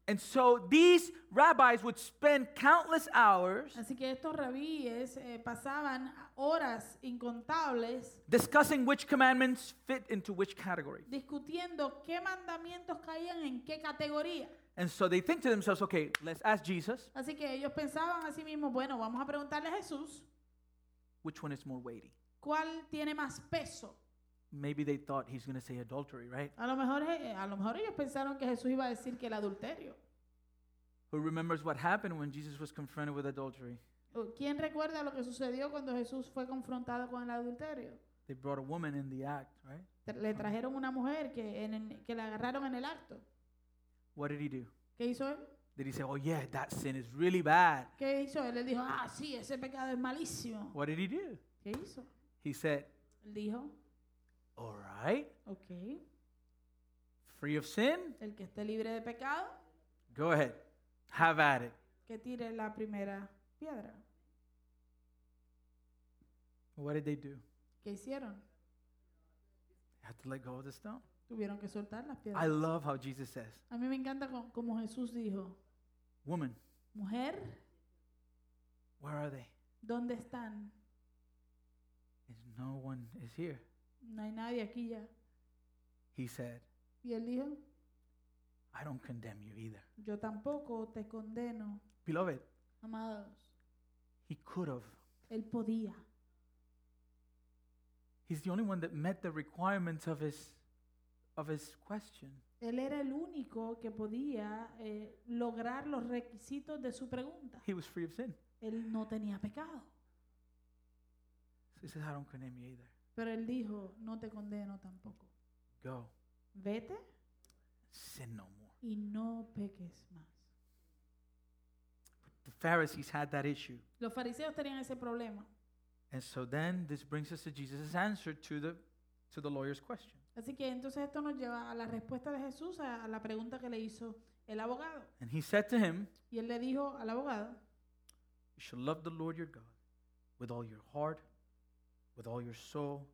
[SPEAKER 1] And so these rabbis would spend countless hours
[SPEAKER 2] Así que estos rabíes eh, pasaban horas incontables
[SPEAKER 1] discussing which commandments fit into which category.
[SPEAKER 2] discutiendo qué mandamientos caían en qué categoría.
[SPEAKER 1] And so they think to themselves, okay, let's ask Jesus
[SPEAKER 2] Así que ellos pensaban a sí mismos, bueno, vamos a preguntarle a Jesús
[SPEAKER 1] which one is more weighty.
[SPEAKER 2] cuál tiene más peso.
[SPEAKER 1] Maybe they thought he's going to say adultery, right?
[SPEAKER 2] A lo mejor, eh, a lo mejor ellos pensaron que Jesús iba a decir que el adulterio.
[SPEAKER 1] Who remembers what happened when Jesus was confronted with adultery?
[SPEAKER 2] Oh, ¿Quién recuerda lo que sucedió cuando Jesús fue confrontado con el adulterio?
[SPEAKER 1] They brought a woman in the act, right?
[SPEAKER 2] Tra- Le trajeron una mujer que, en el- que la agarraron en el acto.
[SPEAKER 1] What did he do?
[SPEAKER 2] ¿Qué hizo él?
[SPEAKER 1] Did he say, oh, yeah, that sin is really bad?
[SPEAKER 2] ¿Qué hizo él? Él dijo, ah, sí, ese pecado es malísimo.
[SPEAKER 1] What did he do?
[SPEAKER 2] ¿Qué hizo?
[SPEAKER 1] He said,
[SPEAKER 2] Él dijo,
[SPEAKER 1] all right,
[SPEAKER 2] ok,
[SPEAKER 1] free of sin,
[SPEAKER 2] el que esté libre de pecado,
[SPEAKER 1] go ahead, have at it.
[SPEAKER 2] que tire la primera piedra.
[SPEAKER 1] What did they do?
[SPEAKER 2] ¿Qué hicieron?
[SPEAKER 1] They had to let go of the stone.
[SPEAKER 2] Tuvieron que soltar las
[SPEAKER 1] I
[SPEAKER 2] piedras.
[SPEAKER 1] love how Jesus says,
[SPEAKER 2] A mí me encanta co- como Jesús dijo,
[SPEAKER 1] woman,
[SPEAKER 2] mujer,
[SPEAKER 1] where are they?
[SPEAKER 2] ¿dónde están?
[SPEAKER 1] And no one is here.
[SPEAKER 2] No hay nadie aquí ya.
[SPEAKER 1] He said,
[SPEAKER 2] Y él dijo,
[SPEAKER 1] I don't condemn you either.
[SPEAKER 2] yo tampoco te condeno,
[SPEAKER 1] Beloved,
[SPEAKER 2] amados.
[SPEAKER 1] he could have.
[SPEAKER 2] Él podía.
[SPEAKER 1] He's the only one that met the requirements of his of his question.
[SPEAKER 2] Él era el único que podía eh, lograr los requisitos de su pregunta.
[SPEAKER 1] He was free of sin.
[SPEAKER 2] Él no tenía pecado.
[SPEAKER 1] So he says, I don't condemn you either.
[SPEAKER 2] Pero él dijo, no te condeno tampoco.
[SPEAKER 1] Go,
[SPEAKER 2] Vete
[SPEAKER 1] sin no more.
[SPEAKER 2] y no peques más.
[SPEAKER 1] The Pharisees had that issue.
[SPEAKER 2] Los fariseos tenían ese problema.
[SPEAKER 1] And so then this brings us to Jesus' answer to the, to the lawyer's question.
[SPEAKER 2] Así que entonces esto nos lleva a la respuesta de Jesús a, a la pregunta que le hizo el abogado.
[SPEAKER 1] And he said to him,
[SPEAKER 2] Y él le dijo al abogado,
[SPEAKER 1] You shall love the Lord your God with all your heart, with all your soul,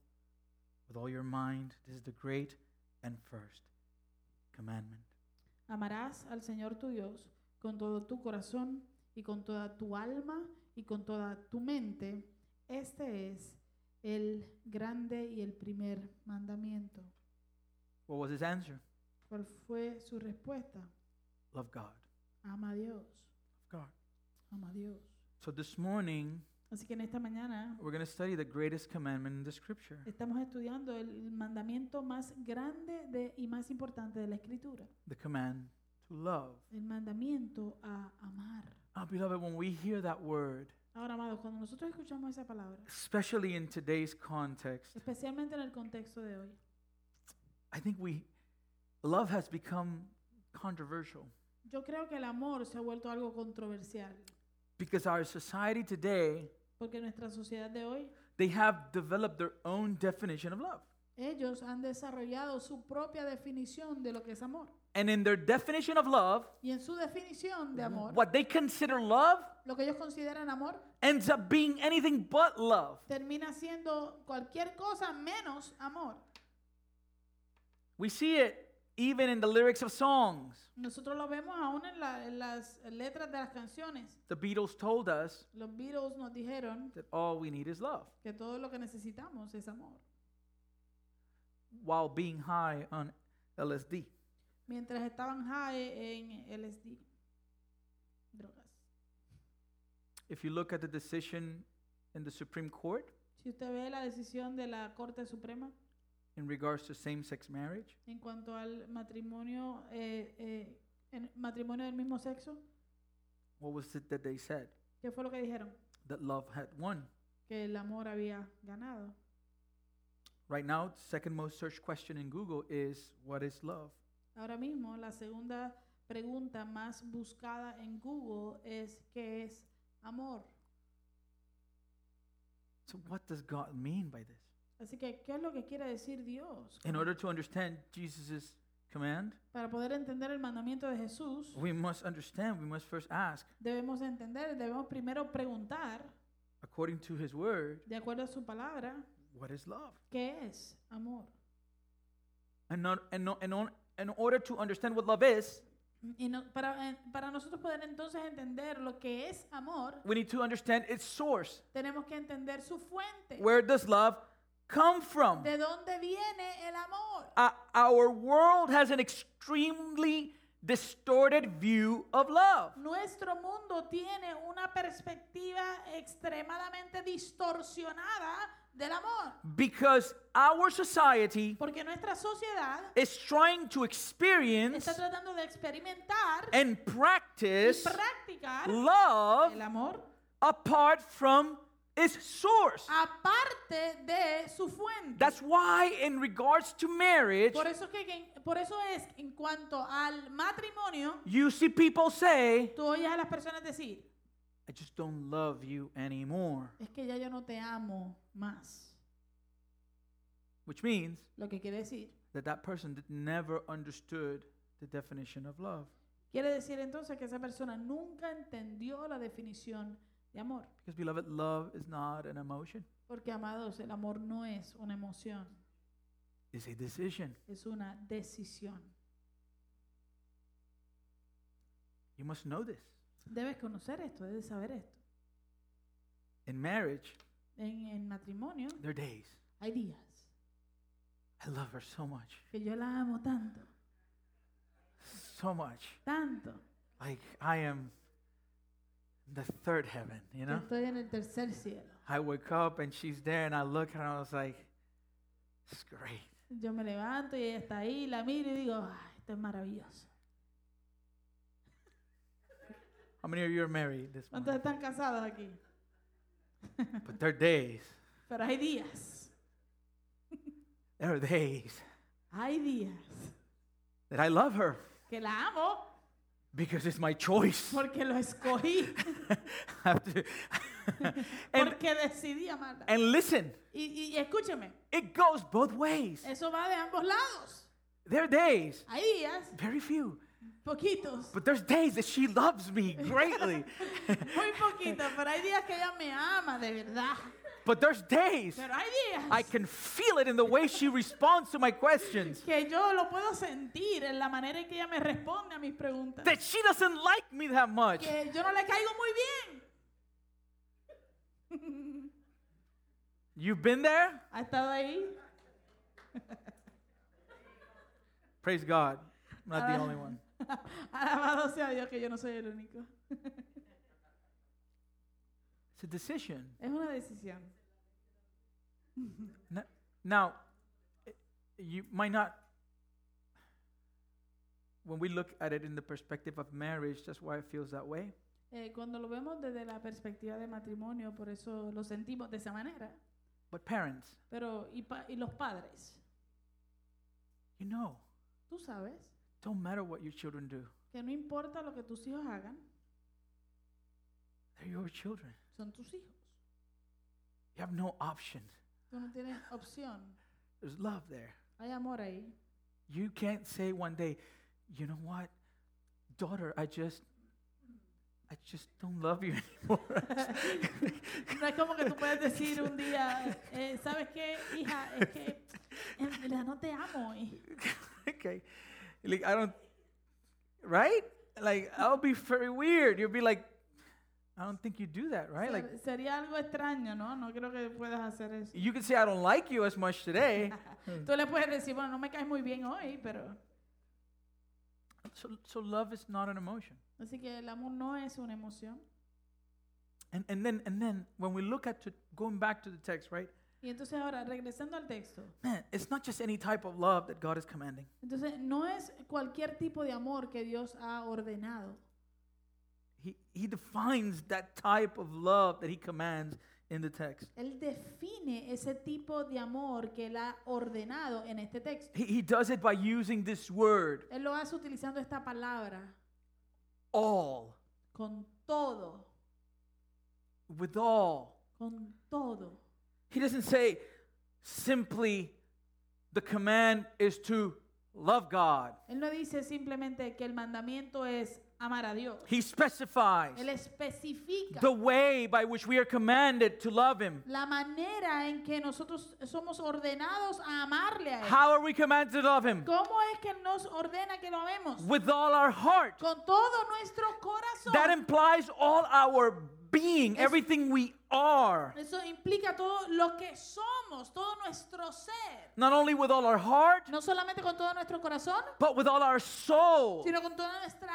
[SPEAKER 1] with all your mind. This is the great and first commandment.
[SPEAKER 2] amarás al Señor tu Dios con todo tu corazón y con toda tu alma y con toda tu mente. Este es el grande y el primer mandamiento.
[SPEAKER 1] What was his answer?
[SPEAKER 2] ¿Cuál fue su respuesta?
[SPEAKER 1] Love God.
[SPEAKER 2] Ama a Dios,
[SPEAKER 1] God.
[SPEAKER 2] ama a Dios.
[SPEAKER 1] So this morning,
[SPEAKER 2] Así que en esta mañana
[SPEAKER 1] we're going to study the greatest commandment in the scripture.
[SPEAKER 2] estamos estudiando el mandamiento más grande de- y más importante de la Escritura,
[SPEAKER 1] the command to love.
[SPEAKER 2] el mandamiento a amar.
[SPEAKER 1] Ah, beloved, when we hear that word,
[SPEAKER 2] Ahora, amados, cuando nosotros escuchamos esa palabra,
[SPEAKER 1] especially in today's context,
[SPEAKER 2] especialmente en el contexto de hoy,
[SPEAKER 1] I think we love has become controversial
[SPEAKER 2] Yo creo que el amor se ha vuelto algo controversial,
[SPEAKER 1] because our society today,
[SPEAKER 2] porque nuestra sociedad de hoy,
[SPEAKER 1] they have developed their own definition of love.
[SPEAKER 2] ellos han desarrollado su propia definición de lo que es amor.
[SPEAKER 1] And in their definition of love,
[SPEAKER 2] Y en su definición de amor,
[SPEAKER 1] what they consider love
[SPEAKER 2] lo que ellos consideran amor
[SPEAKER 1] ends up being anything but love.
[SPEAKER 2] termina siendo cualquier cosa menos amor.
[SPEAKER 1] We see it even in the lyrics of songs.
[SPEAKER 2] Nosotros lo vemos aún en, la- en las letras de las canciones.
[SPEAKER 1] The Beatles told us
[SPEAKER 2] Los Beatles nos dijeron
[SPEAKER 1] that all we need is love
[SPEAKER 2] que todo lo que necesitamos es amor.
[SPEAKER 1] while being high on LSD.
[SPEAKER 2] Mientras estaban high en LSD, drogas.
[SPEAKER 1] If you look at the decision in the Supreme Court
[SPEAKER 2] Si usted ve la decisión de la Corte Suprema
[SPEAKER 1] in regards to same sex marriage,
[SPEAKER 2] en cuanto al matrimonio, eh, eh, en- matrimonio del mismo sexo,
[SPEAKER 1] what was it that they said?
[SPEAKER 2] ¿qué fue lo que dijeron?
[SPEAKER 1] That love had won.
[SPEAKER 2] Que el amor había ganado.
[SPEAKER 1] Right now, second most searched question in Google is what is love?
[SPEAKER 2] Ahora mismo, la segunda pregunta más buscada en Google es ¿qué es amor?
[SPEAKER 1] So what does God mean by this?
[SPEAKER 2] Así que, ¿qué es lo que quiere decir Dios?
[SPEAKER 1] In order to understand Jesus' command,
[SPEAKER 2] Para poder entender el mandamiento de Jesús,
[SPEAKER 1] we must understand, we must first ask,
[SPEAKER 2] debemos entender, debemos primero preguntar,
[SPEAKER 1] according to his word,
[SPEAKER 2] de acuerdo a su palabra,
[SPEAKER 1] what is love?
[SPEAKER 2] ¿qué es amor?
[SPEAKER 1] And not and no, and on, in order to understand what love is,
[SPEAKER 2] Y no- para, eh, para nosotros poder entonces entender lo que es amor,
[SPEAKER 1] we need to understand its source.
[SPEAKER 2] tenemos que entender su fuente.
[SPEAKER 1] Where does love come from?
[SPEAKER 2] ¿De dónde viene el amor?
[SPEAKER 1] Uh, our world has an extremely distorted view of love.
[SPEAKER 2] Nuestro mundo tiene una perspectiva extremadamente distorsionada del amor,
[SPEAKER 1] because our society
[SPEAKER 2] porque nuestra sociedad
[SPEAKER 1] is trying to experience
[SPEAKER 2] está tratando de experimentar
[SPEAKER 1] and practice
[SPEAKER 2] y practicar
[SPEAKER 1] love
[SPEAKER 2] el amor
[SPEAKER 1] apart from its source.
[SPEAKER 2] aparte de su fuente.
[SPEAKER 1] That's why, in regards to marriage,
[SPEAKER 2] por eso, que- que, por eso es que en cuanto al matrimonio,
[SPEAKER 1] you see people say,
[SPEAKER 2] tú oyes a las personas decir,
[SPEAKER 1] I just don't love you anymore,
[SPEAKER 2] es que ya yo no te amo más.
[SPEAKER 1] which means
[SPEAKER 2] Lo que quiere decir,
[SPEAKER 1] that that person did never understood the definition of love
[SPEAKER 2] quiere decir entonces que esa persona nunca entendió la definición de amor.
[SPEAKER 1] because beloved love is not an emotion
[SPEAKER 2] Porque, amados, el amor no es una emoción,
[SPEAKER 1] it's a decision
[SPEAKER 2] es una decisión.
[SPEAKER 1] you must know this
[SPEAKER 2] Debes conocer esto, debes saber esto.
[SPEAKER 1] in marriage
[SPEAKER 2] En el matrimonio
[SPEAKER 1] there are days
[SPEAKER 2] hay días
[SPEAKER 1] i love her so much
[SPEAKER 2] que yo la amo tanto,
[SPEAKER 1] so much.
[SPEAKER 2] tanto,
[SPEAKER 1] Like I am the third heaven, you
[SPEAKER 2] que
[SPEAKER 1] know?
[SPEAKER 2] estoy en el tercer cielo.
[SPEAKER 1] I wake up and she's there and I look and I was like, it's great.
[SPEAKER 2] Yo me levanto y ella está ahí, la miro y digo, "Ay, Esto es maravilloso.
[SPEAKER 1] How many of you are married this morning?
[SPEAKER 2] ¿Cuántos están casados aquí?
[SPEAKER 1] But there are days.
[SPEAKER 2] Pero hay días,
[SPEAKER 1] There are days
[SPEAKER 2] hay días
[SPEAKER 1] that I love her
[SPEAKER 2] que la amo
[SPEAKER 1] because it's my choice.
[SPEAKER 2] porque lo escogí,
[SPEAKER 1] I have to- and
[SPEAKER 2] porque decidí amarla.
[SPEAKER 1] and listen,
[SPEAKER 2] Y, y- y escúcheme,
[SPEAKER 1] it goes both ways.
[SPEAKER 2] eso va de ambos lados.
[SPEAKER 1] There are days,
[SPEAKER 2] Hay días,
[SPEAKER 1] very few,
[SPEAKER 2] poquitos,
[SPEAKER 1] but there's days that she loves me greatly.
[SPEAKER 2] muy poquitos, pero hay días que ella me ama de verdad.
[SPEAKER 1] but there's days
[SPEAKER 2] Pero hay
[SPEAKER 1] I
[SPEAKER 2] días
[SPEAKER 1] can feel it in the way she responds to my questions.
[SPEAKER 2] que yo lo puedo sentir en la manera en que ella me responde a mis preguntas.
[SPEAKER 1] That she doesn't like me that much.
[SPEAKER 2] Que yo no le caigo muy bien.
[SPEAKER 1] You've been there?
[SPEAKER 2] ¿Ha estado ahí?
[SPEAKER 1] Praise God. I'm not the
[SPEAKER 2] Ah.
[SPEAKER 1] only one.
[SPEAKER 2] Alabado sea Dios que yo no soy el único.
[SPEAKER 1] It's a decision.
[SPEAKER 2] Es una decisión.
[SPEAKER 1] N- Now, i- you might not, when we look at it in the perspective of marriage, that's why it feels that way.
[SPEAKER 2] Eh, cuando lo vemos desde la perspectiva de matrimonio, por eso lo sentimos de esa manera.
[SPEAKER 1] But parents,
[SPEAKER 2] Pero, ¿y, pa- y los padres?
[SPEAKER 1] you know,
[SPEAKER 2] Tú sabes
[SPEAKER 1] don't matter what your children do,
[SPEAKER 2] que no importa lo que tus hijos hagan,
[SPEAKER 1] they're your children.
[SPEAKER 2] son tus hijos.
[SPEAKER 1] You have no option.
[SPEAKER 2] Tú no tienes opción.
[SPEAKER 1] There's love there.
[SPEAKER 2] Hay amor ahí.
[SPEAKER 1] You can't say one day, you know what, daughter, I just, I just don't love you anymore.
[SPEAKER 2] No es como que tú puedes decir un día, eh, ¿sabes qué, hija? Es que en realidad no te amo. Y-
[SPEAKER 1] okay. Like, I don't, right? Like, I'll be very weird. You'll be like, I don't think you do that, right? Like,
[SPEAKER 2] Ser- sería algo extraño, ¿no? No creo que puedas hacer eso.
[SPEAKER 1] you can say, I don't like you as much
[SPEAKER 2] Eh.
[SPEAKER 1] today.
[SPEAKER 2] Tú le puedes decir, bueno, no me caes muy bien hoy, pero...
[SPEAKER 1] so, so, love is not an emotion.
[SPEAKER 2] Así que el amor no es una emoción.
[SPEAKER 1] And, and then, and then when we look at to going back to the text, right?
[SPEAKER 2] Y entonces ahora, regresando al texto,
[SPEAKER 1] Man, it's not just any type of love that God is commanding.
[SPEAKER 2] entonces no es cualquier tipo de amor que Dios ha ordenado.
[SPEAKER 1] He, he defines that type of love that he commands in the text.
[SPEAKER 2] Él define ese tipo de amor que Él ha ordenado en este texto.
[SPEAKER 1] He, he does it by using this word,
[SPEAKER 2] Él lo hace utilizando esta palabra,
[SPEAKER 1] all,
[SPEAKER 2] con todo,
[SPEAKER 1] with all.
[SPEAKER 2] con todo.
[SPEAKER 1] He doesn't say simply the command is to love God.
[SPEAKER 2] Él no dice simplemente que el mandamiento es amar a Dios.
[SPEAKER 1] He specifies
[SPEAKER 2] Él especifica
[SPEAKER 1] the way by which we are commanded to love Him.
[SPEAKER 2] la manera en que nosotros somos ordenados a amarle a Él.
[SPEAKER 1] How are we commanded to love Him?
[SPEAKER 2] ¿Cómo es que nos ordena que lo amemos?
[SPEAKER 1] With all our heart.
[SPEAKER 2] Con todo nuestro corazón.
[SPEAKER 1] That implies all our being,
[SPEAKER 2] Es-
[SPEAKER 1] everything we are.
[SPEAKER 2] Eso implica todo lo que somos, todo nuestro ser.
[SPEAKER 1] Not only with all our heart,
[SPEAKER 2] No solamente con todo nuestro corazón,
[SPEAKER 1] but with all our soul.
[SPEAKER 2] sino con toda nuestra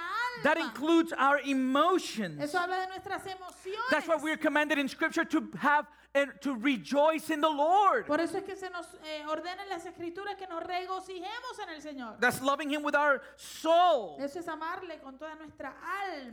[SPEAKER 1] That
[SPEAKER 2] alma.
[SPEAKER 1] includes our emotions.
[SPEAKER 2] Eso habla de nuestras emociones.
[SPEAKER 1] That's why we're commanded in Scripture to have and to rejoice in the Lord.
[SPEAKER 2] Por eso es que se nos eh, ordena en las escrituras que nos regocijemos en el Señor.
[SPEAKER 1] That's loving him with our soul.
[SPEAKER 2] Eso es amarle con toda nuestra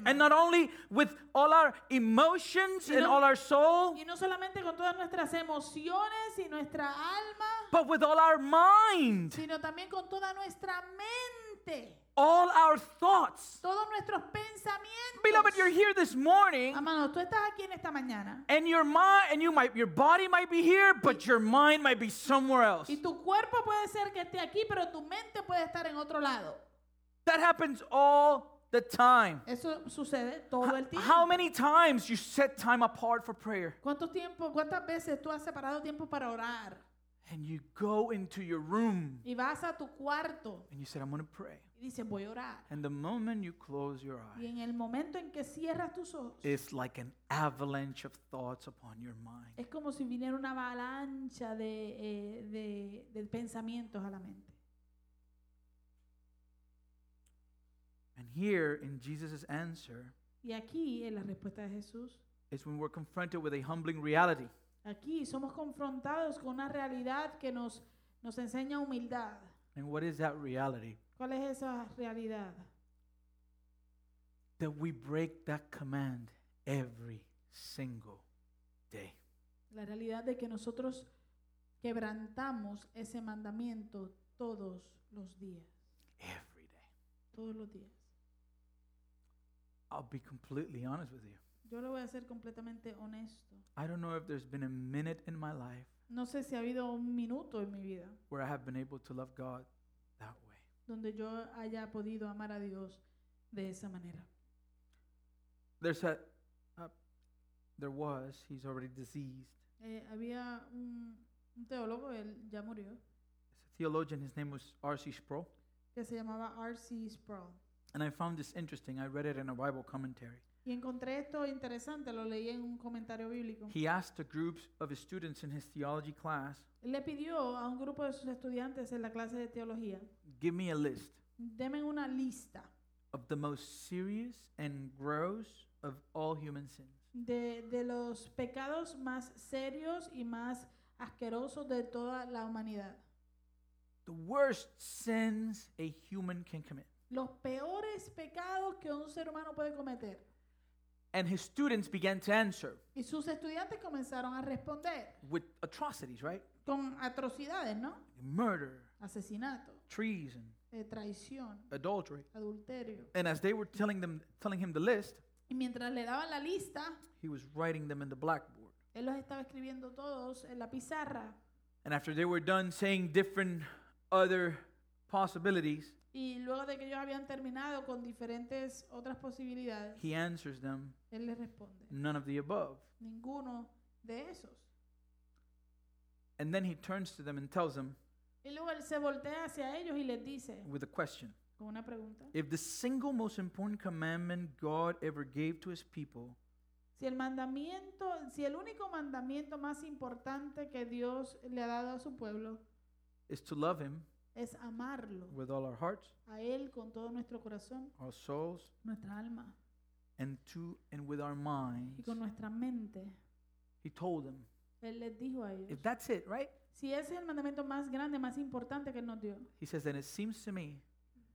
[SPEAKER 1] And
[SPEAKER 2] alma.
[SPEAKER 1] not only with all our emotions
[SPEAKER 2] Y
[SPEAKER 1] and
[SPEAKER 2] no-
[SPEAKER 1] all our soul,
[SPEAKER 2] Y no solamente con todas nuestras emociones y nuestra alma,
[SPEAKER 1] but with all our mind,
[SPEAKER 2] sino también con toda nuestra mente.
[SPEAKER 1] all our thoughts.
[SPEAKER 2] todos nuestros pensamientos.
[SPEAKER 1] Beloved, you're here this morning
[SPEAKER 2] Amados, Ah, tú estás aquí en esta mañana
[SPEAKER 1] and your mind and you might your body might be here, but your mind might be somewhere else.
[SPEAKER 2] y tu cuerpo puede ser que esté aquí, pero tu mente puede estar en otro lado.
[SPEAKER 1] That happens all the time.
[SPEAKER 2] Eso sucede todo el tiempo.
[SPEAKER 1] How many times you set time apart for prayer
[SPEAKER 2] ¿Cuánto tiempo, cuántas veces tú has separado tiempo para orar
[SPEAKER 1] and you go into your room
[SPEAKER 2] y vas a tu cuarto
[SPEAKER 1] and you said I'm going to pray.
[SPEAKER 2] y dices, voy a orar?
[SPEAKER 1] And the moment you close your eyes,
[SPEAKER 2] Y en el momento en que cierras tus ojos,
[SPEAKER 1] It's like an avalanche of thoughts upon your mind.
[SPEAKER 2] es como si viniera una avalancha de, eh, de- de pensamientos a la mente.
[SPEAKER 1] And here in Jesus' answer
[SPEAKER 2] Y aquí, en la respuesta de Jesús,
[SPEAKER 1] is when we're confronted with a humbling reality.
[SPEAKER 2] Aquí somos confrontados con una realidad que nos, nos enseña humildad.
[SPEAKER 1] And what is that reality?
[SPEAKER 2] ¿Cuál es esa realidad?
[SPEAKER 1] That we break that command every single day.
[SPEAKER 2] La realidad de que nosotros quebrantamos ese mandamiento todos los días,
[SPEAKER 1] Every day.
[SPEAKER 2] todos los días.
[SPEAKER 1] I'll be completely honest with you.
[SPEAKER 2] Yo lo voy a ser completamente honesto.
[SPEAKER 1] I don't know if there's been a minute in my life
[SPEAKER 2] No sé si ha habido un minuto en mi vida
[SPEAKER 1] where I have been able to love God that way.
[SPEAKER 2] donde yo haya podido amar a Dios de esa manera.
[SPEAKER 1] There's a, uh, there was, he's already diseased.
[SPEAKER 2] Eh, había un, un teólogo, él ya murió,
[SPEAKER 1] It's a theologian, his name was R.C. Sproul.
[SPEAKER 2] que se llamaba R.C. Sproul.
[SPEAKER 1] And I found this interesting. I read it in a Bible commentary.
[SPEAKER 2] Y encontré esto interesante, lo leí en un comentario bíblico.
[SPEAKER 1] He asked a group of his students in his theology class,
[SPEAKER 2] Él le pidió a un grupo de sus estudiantes en la clase de teología,
[SPEAKER 1] give me a list
[SPEAKER 2] denme una lista
[SPEAKER 1] of the most serious and gross of all human sins.
[SPEAKER 2] de, de los pecados más serios y más asquerosos de toda la humanidad.
[SPEAKER 1] The worst sins a human can commit.
[SPEAKER 2] Los peores pecados que un ser humano puede cometer.
[SPEAKER 1] And his students began to answer
[SPEAKER 2] Y sus estudiantes comenzaron a responder
[SPEAKER 1] with atrocities, right?
[SPEAKER 2] con atrocidades, ¿no?
[SPEAKER 1] Murder,
[SPEAKER 2] Asesinato,
[SPEAKER 1] treason,
[SPEAKER 2] eh, traición,
[SPEAKER 1] adultery.
[SPEAKER 2] adulterio.
[SPEAKER 1] And as they were telling them telling him the list,
[SPEAKER 2] Y mientras le daban la lista,
[SPEAKER 1] he was writing them in the blackboard.
[SPEAKER 2] él los estaba escribiendo todos en la pizarra.
[SPEAKER 1] And after they were done saying different other possibilities,
[SPEAKER 2] Y luego de que ellos habían terminado con diferentes otras posibilidades,
[SPEAKER 1] he answers them
[SPEAKER 2] él les responde,
[SPEAKER 1] none of the above.
[SPEAKER 2] ninguno de esos.
[SPEAKER 1] And then he turns to them and tells them
[SPEAKER 2] Y luego él se voltea hacia ellos y les dice,
[SPEAKER 1] with a question
[SPEAKER 2] con una pregunta,
[SPEAKER 1] If the single most important commandment God ever gave to his people
[SPEAKER 2] si el mandamiento, si el único mandamiento más importante que Dios le ha dado a su pueblo
[SPEAKER 1] is to love him
[SPEAKER 2] es amarlo
[SPEAKER 1] with all our hearts,
[SPEAKER 2] a Él con todo nuestro corazón,
[SPEAKER 1] our souls,
[SPEAKER 2] nuestra alma
[SPEAKER 1] and to and with our
[SPEAKER 2] y
[SPEAKER 1] minds,
[SPEAKER 2] con nuestra mente,
[SPEAKER 1] he told them,
[SPEAKER 2] Él les dijo a ellos,
[SPEAKER 1] If that's it, right?
[SPEAKER 2] si ese es el mandamiento más grande, más importante que Él nos dio,
[SPEAKER 1] He says, Then it seems to me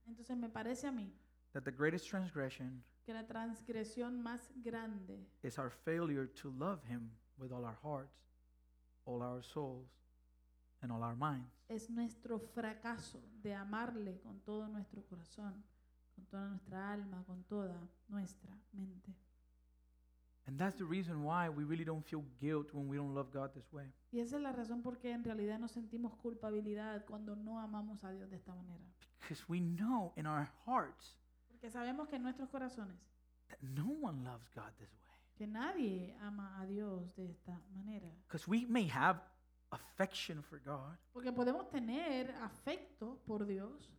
[SPEAKER 2] entonces me parece a mí
[SPEAKER 1] that the greatest transgression
[SPEAKER 2] que la transgresión más grande
[SPEAKER 1] is our failure to love him with all our hearts, all our souls, and all our minds.
[SPEAKER 2] es nuestro fracaso de amarle con todo nuestro corazón, con toda nuestra alma, con toda nuestra mente.
[SPEAKER 1] And that's the reason why we really don't feel guilt when we don't love God this way.
[SPEAKER 2] Y esa es la razón por qué en realidad nos sentimos culpabilidad cuando no amamos a Dios de esta manera.
[SPEAKER 1] Because we know in our hearts
[SPEAKER 2] Porque sabemos que en nuestros corazones
[SPEAKER 1] that no one loves God this way.
[SPEAKER 2] que nadie ama a Dios de esta manera.
[SPEAKER 1] Because we may have affection for God,
[SPEAKER 2] Porque podemos tener afecto por Dios,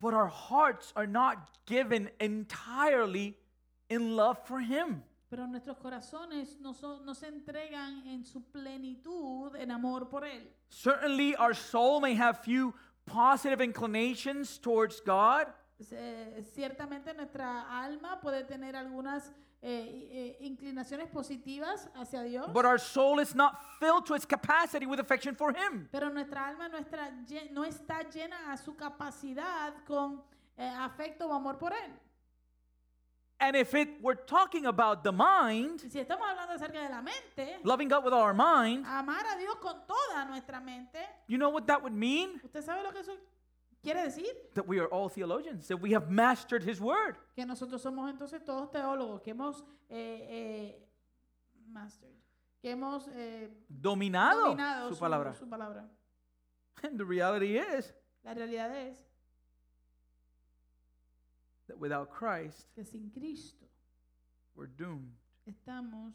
[SPEAKER 1] but our hearts are not given entirely in love for Him.
[SPEAKER 2] pero nuestros corazones no, son- no se entregan en su plenitud en amor por Él.
[SPEAKER 1] Certainly, our soul may have few positive inclinations towards God,
[SPEAKER 2] Eh, ciertamente nuestra alma puede tener algunas eh, i- eh, inclinaciones positivas hacia Dios,
[SPEAKER 1] but our soul is not filled to its capacity with affection for Him.
[SPEAKER 2] pero nuestra alma no está, lle- no está llena a su capacidad con eh, afecto o amor por Él.
[SPEAKER 1] And if it we're talking about the mind,
[SPEAKER 2] Y Si estamos hablando acerca de la mente,
[SPEAKER 1] loving God with all our mind,
[SPEAKER 2] amar a Dios con toda nuestra mente,
[SPEAKER 1] you know what that would mean?
[SPEAKER 2] ¿usted sabe lo que eso quiere decir?
[SPEAKER 1] That we are all theologians, that we have mastered His Word.
[SPEAKER 2] Que nosotros somos entonces todos teólogos, que hemos... eh, eh, mastered, que hemos eh,
[SPEAKER 1] Dominado,
[SPEAKER 2] dominado
[SPEAKER 1] su palabra.
[SPEAKER 2] su palabra.
[SPEAKER 1] And the reality is
[SPEAKER 2] La realidad es
[SPEAKER 1] that without Christ,
[SPEAKER 2] que sin Cristo
[SPEAKER 1] we're doomed.
[SPEAKER 2] estamos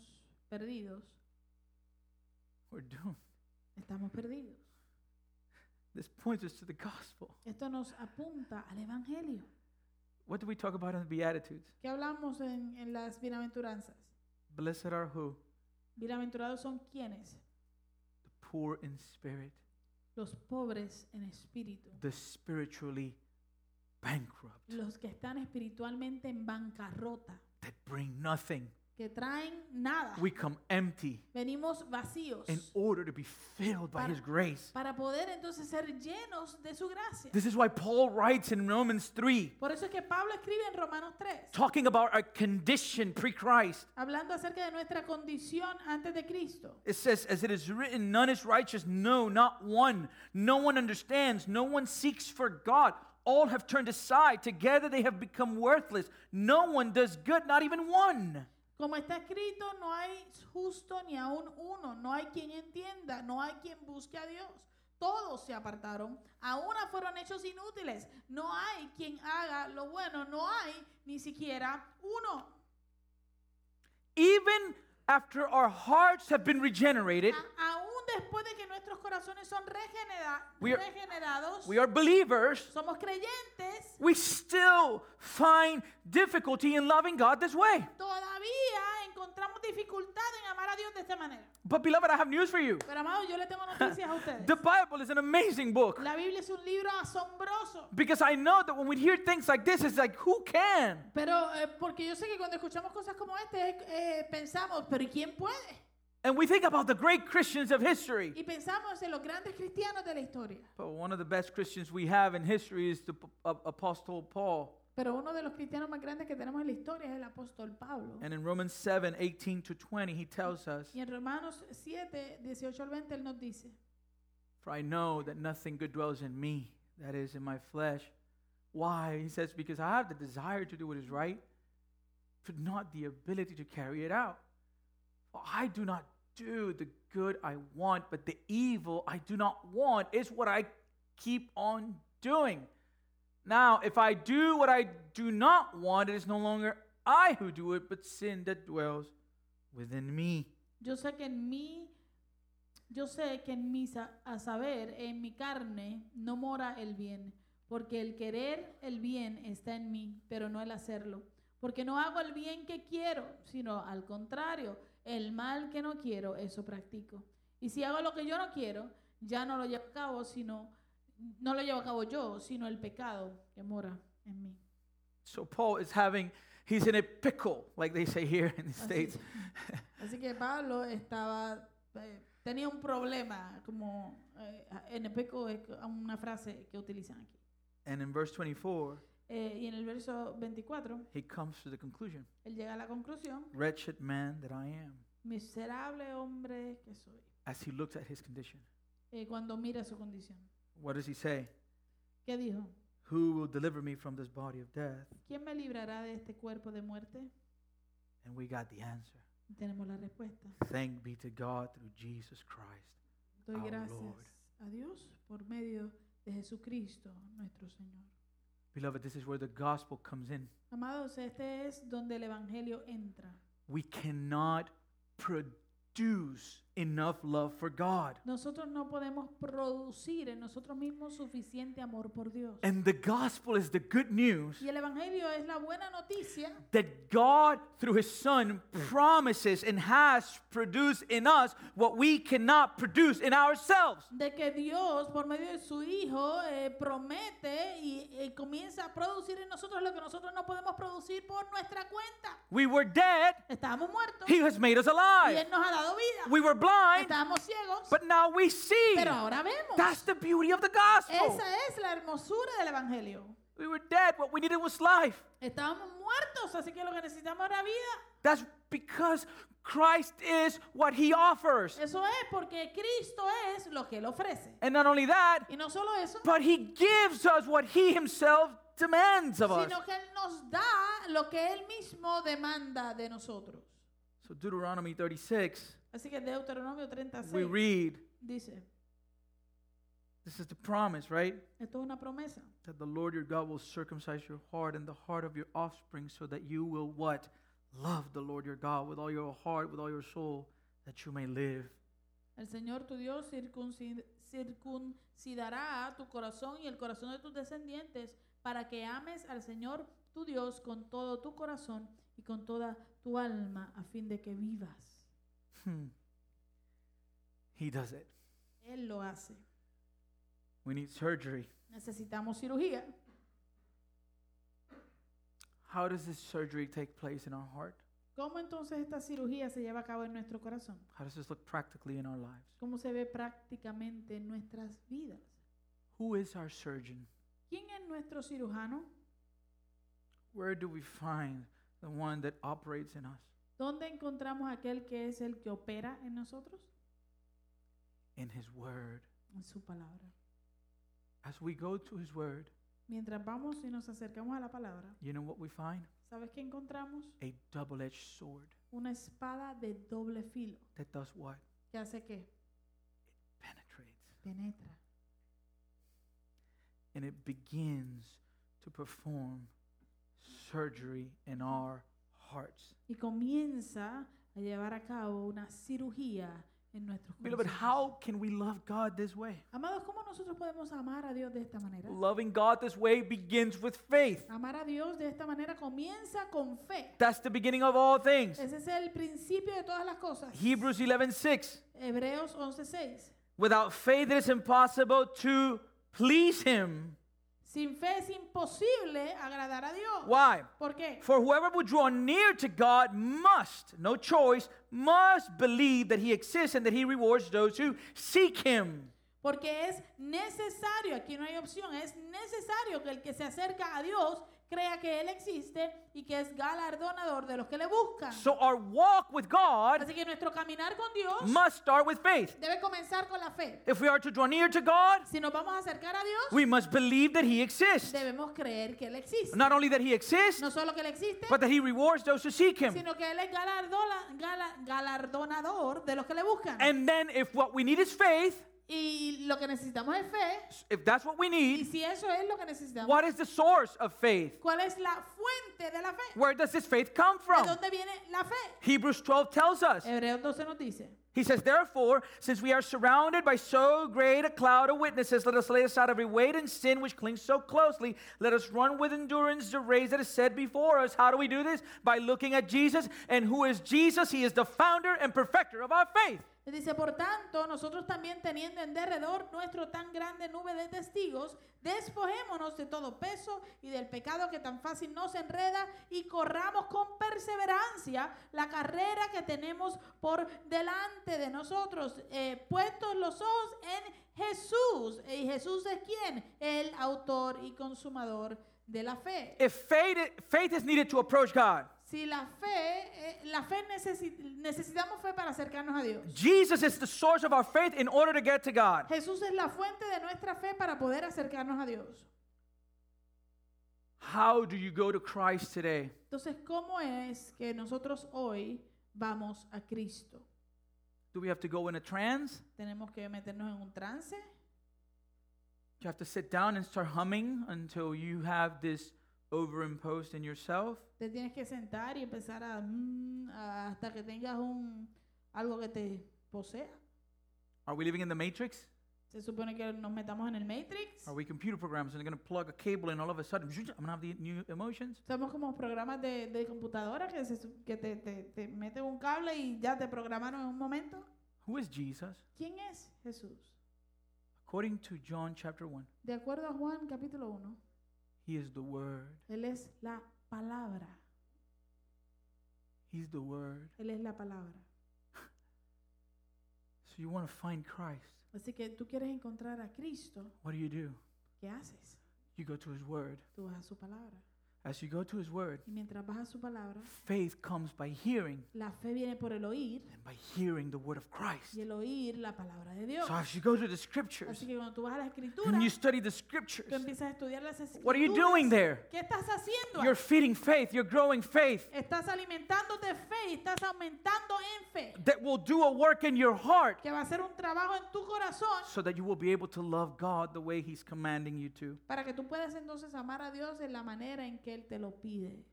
[SPEAKER 2] perdidos,
[SPEAKER 1] We're doomed.
[SPEAKER 2] estamos perdidos.
[SPEAKER 1] This points us to the gospel.
[SPEAKER 2] Esto nos apunta al Evangelio.
[SPEAKER 1] What do we talk about in the Beatitudes?
[SPEAKER 2] ¿Qué hablamos en, en las bienaventuranzas?
[SPEAKER 1] Blessed are who?
[SPEAKER 2] Bienaventurados son quienes?
[SPEAKER 1] The poor in spirit,
[SPEAKER 2] Los pobres en espíritu,
[SPEAKER 1] the spiritually bankrupt,
[SPEAKER 2] los que están espiritualmente en bancarrota,
[SPEAKER 1] that bring nothing
[SPEAKER 2] que traen nada.
[SPEAKER 1] We come empty
[SPEAKER 2] Venimos vacíos
[SPEAKER 1] in order to be filled by
[SPEAKER 2] Para-
[SPEAKER 1] His grace.
[SPEAKER 2] para poder entonces ser llenos de su gracia.
[SPEAKER 1] This is why Paul writes in Romans 3,
[SPEAKER 2] Por eso es que Pablo escribe en Romanos 3,
[SPEAKER 1] talking about our condition pre Christ.
[SPEAKER 2] hablando acerca de nuestra condición antes de Cristo.
[SPEAKER 1] It says, As it is written, none is righteous, no, not one. No one understands, no one seeks for God. All have turned aside. Together they have become worthless. No one does good, not even one.
[SPEAKER 2] Como está escrito, no hay justo ni aún uno, no hay quien entienda, no hay quien busque a Dios. Todos se apartaron, a una fueron hechos inútiles. No hay quien haga lo bueno, no hay ni siquiera uno.
[SPEAKER 1] Even after our hearts have been regenerated,
[SPEAKER 2] A- aún después de que nuestros corazones son regenera-
[SPEAKER 1] We are-
[SPEAKER 2] regenerados,
[SPEAKER 1] we are believers.
[SPEAKER 2] somos creyentes,
[SPEAKER 1] we still find difficulty in loving God this way.
[SPEAKER 2] todavía encontramos dificultad en amar a Dios de esta manera.
[SPEAKER 1] But, beloved, I have news for you.
[SPEAKER 2] Pero amados, yo le tengo noticias a ustedes.
[SPEAKER 1] The Bible is an amazing book
[SPEAKER 2] La Biblia es un libro asombroso.
[SPEAKER 1] because I know that when we hear things like this, it's like, who can?
[SPEAKER 2] Pero eh, porque yo sé que cuando escuchamos cosas como este eh, eh, pensamos, pero ¿y quién puede?
[SPEAKER 1] And we think about the great Christians of history.
[SPEAKER 2] Y pensamos en los grandes cristianos de la historia.
[SPEAKER 1] But one of the best Christians we have in history is the p- a- Apostle Paul.
[SPEAKER 2] Pero uno de los cristianos más grandes que tenemos en la historia es el apóstol Pablo.
[SPEAKER 1] And in Romans 7 18 to 20, he tells us,
[SPEAKER 2] Y en Romanos 7, 18 al 20, él nos dice,
[SPEAKER 1] For I know that nothing good dwells in me, that is, in my flesh. Why? He says, Because I have the desire to do what is right, but not the ability to carry it out. For I do not do the good I want, but the evil I do not want is what I keep on doing. Now, if I do what I do not want, it is no longer I who do it, but sin that dwells within me.
[SPEAKER 2] yo sé que en mí, yo sé que en mí, sa- a saber, en mi carne no mora el bien, porque el querer el bien está en mí, pero no el hacerlo. Porque no hago el bien que quiero, sino al contrario, el mal que no quiero, eso practico. Y si hago lo que yo no quiero, ya no lo llevo a cabo, sino no lo llevo a cabo yo, sino el pecado que mora en mí.
[SPEAKER 1] So Paul is having, he's in a pickle, like they say here in the
[SPEAKER 2] Así,
[SPEAKER 1] States.
[SPEAKER 2] así que Pablo estaba eh, tenía un problema como eh, en el peco es ah, una frase que utilizan aquí.
[SPEAKER 1] And in verse 24,
[SPEAKER 2] Eh, y en el verso 24
[SPEAKER 1] he comes to the conclusion
[SPEAKER 2] él llega a la conclusión,
[SPEAKER 1] Wretched man that I am,
[SPEAKER 2] miserable hombre que soy,
[SPEAKER 1] as he looks at his condition.
[SPEAKER 2] eh, cuando mira su condición.
[SPEAKER 1] What does he say?
[SPEAKER 2] ¿Qué dijo?
[SPEAKER 1] Who will deliver me from this body of death?
[SPEAKER 2] ¿Quién me librará de este cuerpo de muerte?
[SPEAKER 1] And we got the answer.
[SPEAKER 2] Y Tenemos la respuesta.
[SPEAKER 1] Thank be to God through Jesus Christ.
[SPEAKER 2] Doy
[SPEAKER 1] Our
[SPEAKER 2] gracias
[SPEAKER 1] Lord.
[SPEAKER 2] a Dios por medio de Jesucristo, nuestro Señor.
[SPEAKER 1] Beloved, this is where the gospel comes in.
[SPEAKER 2] Amados, este es donde el evangelio entra.
[SPEAKER 1] We cannot produce enough love for God.
[SPEAKER 2] Nosotros no podemos producir en nosotros mismos suficiente amor por Dios.
[SPEAKER 1] And the gospel is the good news
[SPEAKER 2] Y el Evangelio es la buena noticia
[SPEAKER 1] that God, through His Son, promises and has produced in us what we cannot produce in ourselves.
[SPEAKER 2] de que Dios, por medio de su Hijo, eh, promete y eh, comienza a producir en nosotros lo que nosotros no podemos producir por nuestra cuenta.
[SPEAKER 1] We were dead,
[SPEAKER 2] Estábamos muertos
[SPEAKER 1] He has made us
[SPEAKER 2] y
[SPEAKER 1] alive.
[SPEAKER 2] Él nos ha dado vida.
[SPEAKER 1] We were blind,
[SPEAKER 2] Estábamos ciegos,
[SPEAKER 1] but now we see.
[SPEAKER 2] pero ahora vemos.
[SPEAKER 1] That's the beauty of the gospel.
[SPEAKER 2] Esa es la hermosura del Evangelio.
[SPEAKER 1] We were dead, what we needed was life.
[SPEAKER 2] Estábamos muertos, así que lo que necesitamos era vida.
[SPEAKER 1] That's because Christ is what He offers.
[SPEAKER 2] Eso es porque Cristo es lo que Él ofrece.
[SPEAKER 1] And not only that,
[SPEAKER 2] Y no solo eso,
[SPEAKER 1] but He gives us what He Himself demands of us.
[SPEAKER 2] sino que Él nos da lo que Él mismo demanda de nosotros.
[SPEAKER 1] So, Deuteronomy 36,
[SPEAKER 2] Así que Deuteronomio
[SPEAKER 1] we
[SPEAKER 2] 36
[SPEAKER 1] read
[SPEAKER 2] dice,
[SPEAKER 1] this is the promise, right?
[SPEAKER 2] esto es una promesa,
[SPEAKER 1] that the Lord your God will circumcise your heart and the heart of your offspring so that you will what? Love the Lord your God with all your heart, with all your soul, that you may live.
[SPEAKER 2] el Señor tu Dios circuncid- circuncidará tu corazón y el corazón de tus descendientes para que ames al Señor tu Dios con todo tu corazón y con toda tu alma a fin de que vivas.
[SPEAKER 1] Hmm. He does it.
[SPEAKER 2] Él lo hace.
[SPEAKER 1] We need surgery.
[SPEAKER 2] Necesitamos cirugía.
[SPEAKER 1] How does this surgery take place in our heart?
[SPEAKER 2] ¿Cómo entonces esta cirugía se lleva a cabo en nuestro corazón?
[SPEAKER 1] How does this look practically in our lives?
[SPEAKER 2] ¿Cómo se ve prácticamente en nuestras vidas?
[SPEAKER 1] Who is our surgeon?
[SPEAKER 2] ¿Quién es nuestro cirujano?
[SPEAKER 1] Where do we find the one that operates in us?
[SPEAKER 2] ¿Dónde encontramos aquel que es el que opera en nosotros?
[SPEAKER 1] In His Word.
[SPEAKER 2] En su palabra.
[SPEAKER 1] As we go to His Word,
[SPEAKER 2] Mientras vamos y nos acercamos a la palabra,
[SPEAKER 1] you know what we find?
[SPEAKER 2] ¿sabes qué encontramos?
[SPEAKER 1] A double edged sword
[SPEAKER 2] Una espada de doble filo.
[SPEAKER 1] that does what?
[SPEAKER 2] ¿Qué hace qué?
[SPEAKER 1] Penetrates.
[SPEAKER 2] Penetra.
[SPEAKER 1] And it begins to perform surgery in our hearts.
[SPEAKER 2] Y comienza a llevar a cabo una cirugía en nuestros
[SPEAKER 1] Beloved,
[SPEAKER 2] corazones.
[SPEAKER 1] how can we love God this way?
[SPEAKER 2] Amados, ¿cómo nosotros podemos amar a Dios de esta manera?
[SPEAKER 1] Loving God this way begins with faith.
[SPEAKER 2] Amar a Dios de esta manera comienza con fe.
[SPEAKER 1] That's the beginning of all things.
[SPEAKER 2] Ese es el principio de todas las cosas.
[SPEAKER 1] Hebrews 11:6.
[SPEAKER 2] Hebreos 11:6.
[SPEAKER 1] Without faith it is impossible to please him.
[SPEAKER 2] Sin fe es imposible agradar a Dios.
[SPEAKER 1] Why?
[SPEAKER 2] ¿Por qué?
[SPEAKER 1] For whoever would draw near to God must, no choice, must believe that he exists and that he rewards those who seek him.
[SPEAKER 2] Porque es necesario, aquí no hay opción, es necesario que el que se acerca a Dios crea que Él existe y que es galardonador de los que le buscan.
[SPEAKER 1] So our walk with God
[SPEAKER 2] Así que nuestro caminar con Dios
[SPEAKER 1] must start with faith.
[SPEAKER 2] debe comenzar con la fe.
[SPEAKER 1] If we are to draw near to God,
[SPEAKER 2] Si nos vamos a acercar a Dios,
[SPEAKER 1] we must believe that he exists.
[SPEAKER 2] debemos creer que Él existe.
[SPEAKER 1] Not only that he exists,
[SPEAKER 2] No solo que Él existe,
[SPEAKER 1] but that he rewards those who seek him.
[SPEAKER 2] sino que Él es galardona- gala- galardonador de los que le buscan.
[SPEAKER 1] And then if what we need is faith,
[SPEAKER 2] Y lo que necesitamos es fe.
[SPEAKER 1] if that's what we
[SPEAKER 2] Y
[SPEAKER 1] need,
[SPEAKER 2] si eso es lo que necesitamos,
[SPEAKER 1] what is the source of faith?
[SPEAKER 2] ¿cuál es la fuente de la fe?
[SPEAKER 1] Where does this faith come
[SPEAKER 2] ¿De
[SPEAKER 1] from?
[SPEAKER 2] dónde viene la fe?
[SPEAKER 1] Hebrews 12 tells us.
[SPEAKER 2] Hebreos 12 nos dice.
[SPEAKER 1] He says, Therefore, since we are surrounded by so great a cloud of witnesses, let us lay aside every weight and sin which clings so closely. Let us run with endurance the race that is set before us. How do we do this? By looking at Jesus. And who is Jesus? He is the founder and perfecter of our faith.
[SPEAKER 2] Él Dice, por tanto, nosotros también teniendo en derredor nuestro tan grande nube de testigos, despojémonos de todo peso y del pecado que tan fácil nos enreda y corramos con perseverancia la carrera que tenemos por delante de nosotros, eh, puestos los ojos en Jesús. ¿Y Jesús es quién? El autor y consumador de la fe.
[SPEAKER 1] If faith, faith is needed to approach God,
[SPEAKER 2] Si la fe, eh, la fe necesi- necesitamos fe para acercarnos a Dios.
[SPEAKER 1] Jesus is the source of our faith in order to get to God.
[SPEAKER 2] Jesús es la fuente de nuestra fe para poder acercarnos a Dios.
[SPEAKER 1] How do you go to Christ today?
[SPEAKER 2] Entonces, ¿cómo es que nosotros hoy vamos a Cristo?
[SPEAKER 1] Do we have to go in a trance?
[SPEAKER 2] ¿Tenemos que meternos en un trance?
[SPEAKER 1] You have to sit down and start humming until you have this overimposed in yourself.
[SPEAKER 2] ¿Te tienes que sentar y empezar a, mm, a- hasta que tengas un algo que te posea?
[SPEAKER 1] Are we living in the matrix?
[SPEAKER 2] Se supone que nos metamos en el Matrix.
[SPEAKER 1] Are we computer programs and they're going to plug a cable and all of a sudden I'm going to have the new emotions?
[SPEAKER 2] Somos como programas de, de computadora que, se su- que te, te, te meten un cable y ya te programaron en un momento.
[SPEAKER 1] Who is Jesus?
[SPEAKER 2] ¿Quién es Jesús?
[SPEAKER 1] According to John chapter 1,
[SPEAKER 2] De acuerdo a Juan capítulo 1,
[SPEAKER 1] he is the word.
[SPEAKER 2] Él es la palabra.
[SPEAKER 1] He's the word.
[SPEAKER 2] Él es la palabra.
[SPEAKER 1] So you want to find Christ.
[SPEAKER 2] Así que tú quieres encontrar a Cristo,
[SPEAKER 1] What do you do?
[SPEAKER 2] ¿qué haces?
[SPEAKER 1] You go to his word.
[SPEAKER 2] Tú vas a su palabra.
[SPEAKER 1] As you go to his word,
[SPEAKER 2] Y mientras vas a su palabra,
[SPEAKER 1] faith comes by hearing
[SPEAKER 2] la fe viene por el oír
[SPEAKER 1] and by hearing the word of Christ.
[SPEAKER 2] y el oír la palabra de Dios.
[SPEAKER 1] So as you go to the scriptures
[SPEAKER 2] Así que cuando tú vas a la escritura,
[SPEAKER 1] and you
[SPEAKER 2] tú
[SPEAKER 1] study the scriptures,
[SPEAKER 2] empiezas a estudiar las escrituras.
[SPEAKER 1] what are you doing there?
[SPEAKER 2] ¿Qué estás haciendo?
[SPEAKER 1] You're feeding faith, you're growing faith
[SPEAKER 2] Estás alimentándote de fe y estás aumentando en fe.
[SPEAKER 1] that will do a work in your heart
[SPEAKER 2] Que va a ser un trabajo en tu corazón
[SPEAKER 1] so that you will be able to love God the way He's commanding you to.
[SPEAKER 2] para que tú puedas entonces amar a Dios en la manera en que Él te lo pide.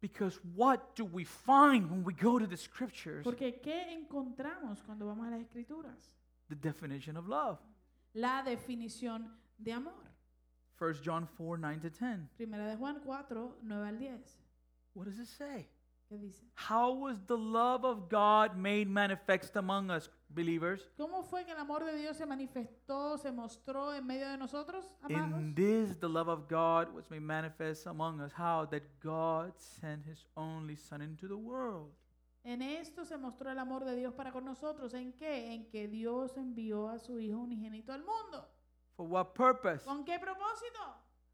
[SPEAKER 1] Because what do we find when we go to the scriptures?
[SPEAKER 2] Porque ¿qué encontramos cuando vamos a las escrituras?
[SPEAKER 1] The definition of love.
[SPEAKER 2] La definición de amor.
[SPEAKER 1] 1 John 4 9 to 10.
[SPEAKER 2] Primera de Juan 4, 9 al 10.
[SPEAKER 1] What does it say?
[SPEAKER 2] ¿Qué dice?
[SPEAKER 1] How was the love of God made manifest among us, believers?
[SPEAKER 2] ¿Cómo fue que el amor de Dios se manifestó, se mostró en medio de nosotros, amados?
[SPEAKER 1] In this, the love of God was made manifest among us. How? That God sent his only Son into the world.
[SPEAKER 2] En esto se mostró el amor de Dios para con nosotros. ¿En qué? En que Dios envió a su Hijo unigénito al mundo.
[SPEAKER 1] For what purpose?
[SPEAKER 2] ¿Con qué propósito?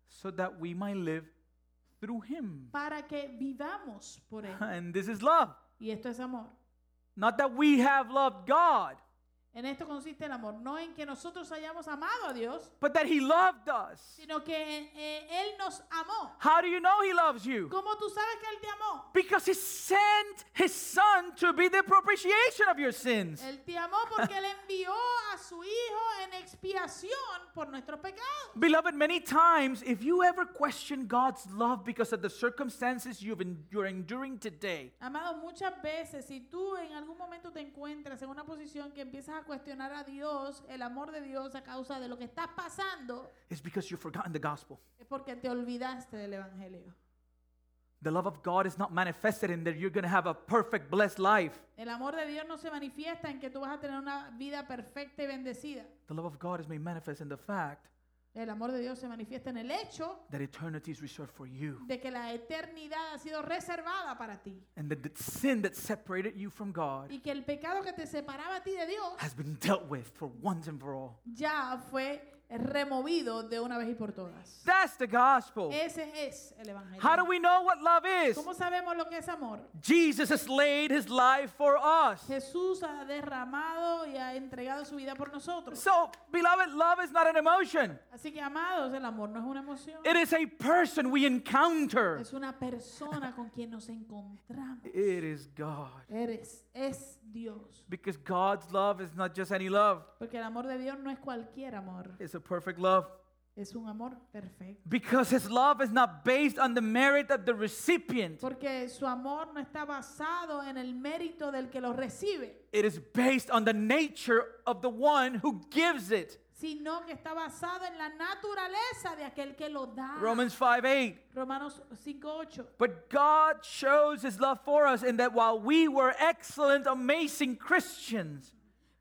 [SPEAKER 1] So that we might live through him.
[SPEAKER 2] Para que vivamos por Él.
[SPEAKER 1] And this is love.
[SPEAKER 2] Y esto es amor.
[SPEAKER 1] Not that we have loved God,
[SPEAKER 2] En esto consiste el amor. No en que nosotros hayamos amado a Dios,
[SPEAKER 1] but that he loved us.
[SPEAKER 2] sino que eh, Él nos amó.
[SPEAKER 1] How do you know he loves you?
[SPEAKER 2] ¿Cómo tú sabes que Él te amó?
[SPEAKER 1] Because he sent his son to be the propitiation of your sins.
[SPEAKER 2] Él te amó porque Él envió a su Hijo en expiación por nuestros pecados.
[SPEAKER 1] Beloved, many times, if you ever question God's love because of the circumstances you've en- you're enduring today,
[SPEAKER 2] Amado, muchas veces si tú en algún momento te encuentras en una posición que empiezas a cuestionar a Dios, el amor de Dios a causa de lo que estás pasando,
[SPEAKER 1] it's because you've forgotten the gospel.
[SPEAKER 2] es porque te olvidaste del Evangelio.
[SPEAKER 1] The love of God is not manifested in that you're going to have a perfect, blessed life.
[SPEAKER 2] El amor de Dios no se manifiesta en que tú vas a tener una vida perfecta y bendecida.
[SPEAKER 1] The love of God is made manifest in the fact
[SPEAKER 2] El amor de Dios se manifiesta en el hecho
[SPEAKER 1] that eternity is reserved for you.
[SPEAKER 2] de que la eternidad ha sido reservada para ti
[SPEAKER 1] And that the sin that separated you from God
[SPEAKER 2] y que el pecado que te separaba a ti de Dios
[SPEAKER 1] has been dealt with for once and for all.
[SPEAKER 2] ya fue removido de una vez y por todas.
[SPEAKER 1] That's the gospel.
[SPEAKER 2] Ese es el Evangelio.
[SPEAKER 1] How do we know what love is?
[SPEAKER 2] ¿Cómo sabemos lo que es amor?
[SPEAKER 1] Jesus has laid his life for us.
[SPEAKER 2] Jesús ha derramado y ha entregado su vida por nosotros.
[SPEAKER 1] So, beloved, love is not an emotion.
[SPEAKER 2] Así que, amados, el amor no es una emoción,
[SPEAKER 1] It is a person we encounter.
[SPEAKER 2] es una persona con quien nos encontramos.
[SPEAKER 1] It is God.
[SPEAKER 2] Eres, es Dios.
[SPEAKER 1] Because God's love is not just any love,
[SPEAKER 2] Porque el amor de Dios no es cualquier amor,
[SPEAKER 1] it's a perfect love.
[SPEAKER 2] es un amor perfecto.
[SPEAKER 1] Because his love is not based on the merit of the recipient,
[SPEAKER 2] Porque su amor no está basado en el mérito del que lo recibe,
[SPEAKER 1] it is based on the nature of the one who gives it.
[SPEAKER 2] sino que está basado en la naturaleza de aquel que lo da.
[SPEAKER 1] Romans 5 8.
[SPEAKER 2] Romanos 5:8.
[SPEAKER 1] But God shows his love for us in that while we were excellent, amazing Christians,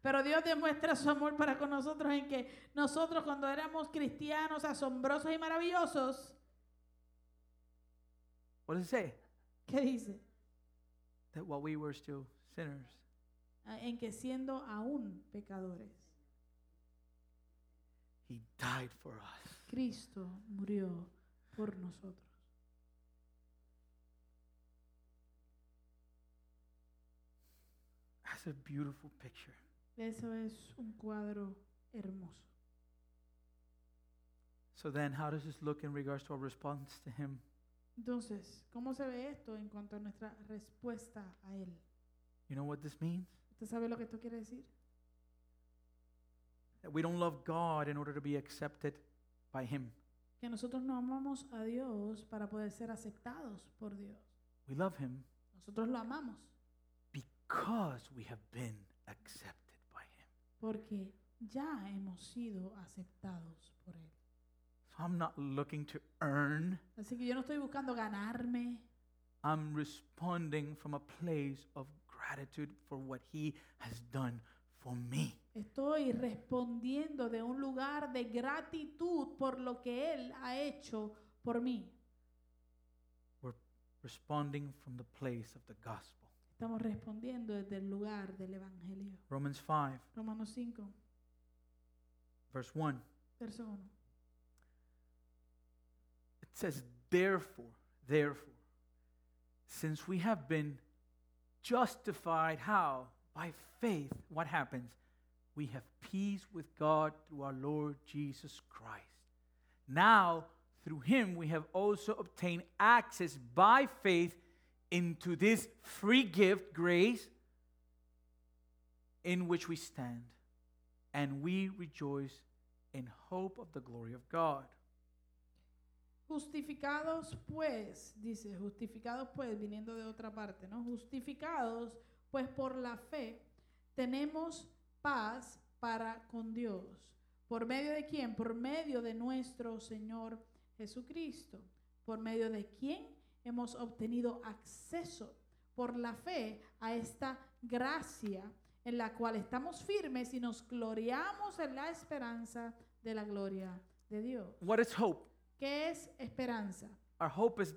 [SPEAKER 2] Pero Dios demuestra su amor para con nosotros en que nosotros cuando éramos cristianos asombrosos y maravillosos,
[SPEAKER 1] what does it say?
[SPEAKER 2] ¿qué dice?
[SPEAKER 1] That while we were still sinners,
[SPEAKER 2] Ah, En que siendo aún pecadores,
[SPEAKER 1] he died for us.
[SPEAKER 2] Cristo murió por nosotros.
[SPEAKER 1] That's a beautiful picture.
[SPEAKER 2] Eso es un cuadro hermoso.
[SPEAKER 1] So then, how does this look in regards to our response to Him?
[SPEAKER 2] Entonces, ¿cómo se ve esto en cuanto a nuestra respuesta a Él?
[SPEAKER 1] You know what this means?
[SPEAKER 2] ¿Usted sabe lo que esto quiere decir?
[SPEAKER 1] That we don't love God in order to be accepted by Him.
[SPEAKER 2] Que nosotros no amamos a Dios para poder ser aceptados por Dios.
[SPEAKER 1] We love Him
[SPEAKER 2] Nosotros lo amamos
[SPEAKER 1] because we have been accepted by Him.
[SPEAKER 2] porque ya hemos sido aceptados por Él.
[SPEAKER 1] So I'm not looking to earn,
[SPEAKER 2] Así que yo no estoy buscando ganarme,
[SPEAKER 1] I'm responding from a place of gratitude for what He has done for me.
[SPEAKER 2] estoy respondiendo de un lugar de gratitud por lo que Él ha hecho por mí.
[SPEAKER 1] We're responding from the place of the gospel.
[SPEAKER 2] Estamos respondiendo desde el lugar del Evangelio.
[SPEAKER 1] Romans 5,
[SPEAKER 2] Romanos 5,
[SPEAKER 1] verse 1.
[SPEAKER 2] verso 1.
[SPEAKER 1] It says, therefore, therefore, since we have been justified, how? By faith, what happens? We have peace with God through our Lord Jesus Christ. Now, through him, we have also obtained access by faith into this free gift, grace, in which we stand, and we rejoice in hope of the glory of God.
[SPEAKER 2] Justificados pues, dice, justificados pues, viniendo de otra parte, ¿no? Justificados pues por la fe, tenemos paz para con Dios. ¿Por medio de quién? Por medio de nuestro Señor Jesucristo. ¿Por medio de quién hemos obtenido acceso por la fe a esta gracia en la cual estamos firmes y nos gloriamos en la esperanza de la gloria de Dios.
[SPEAKER 1] What is hope?
[SPEAKER 2] ¿Qué es esperanza?
[SPEAKER 1] Our hope is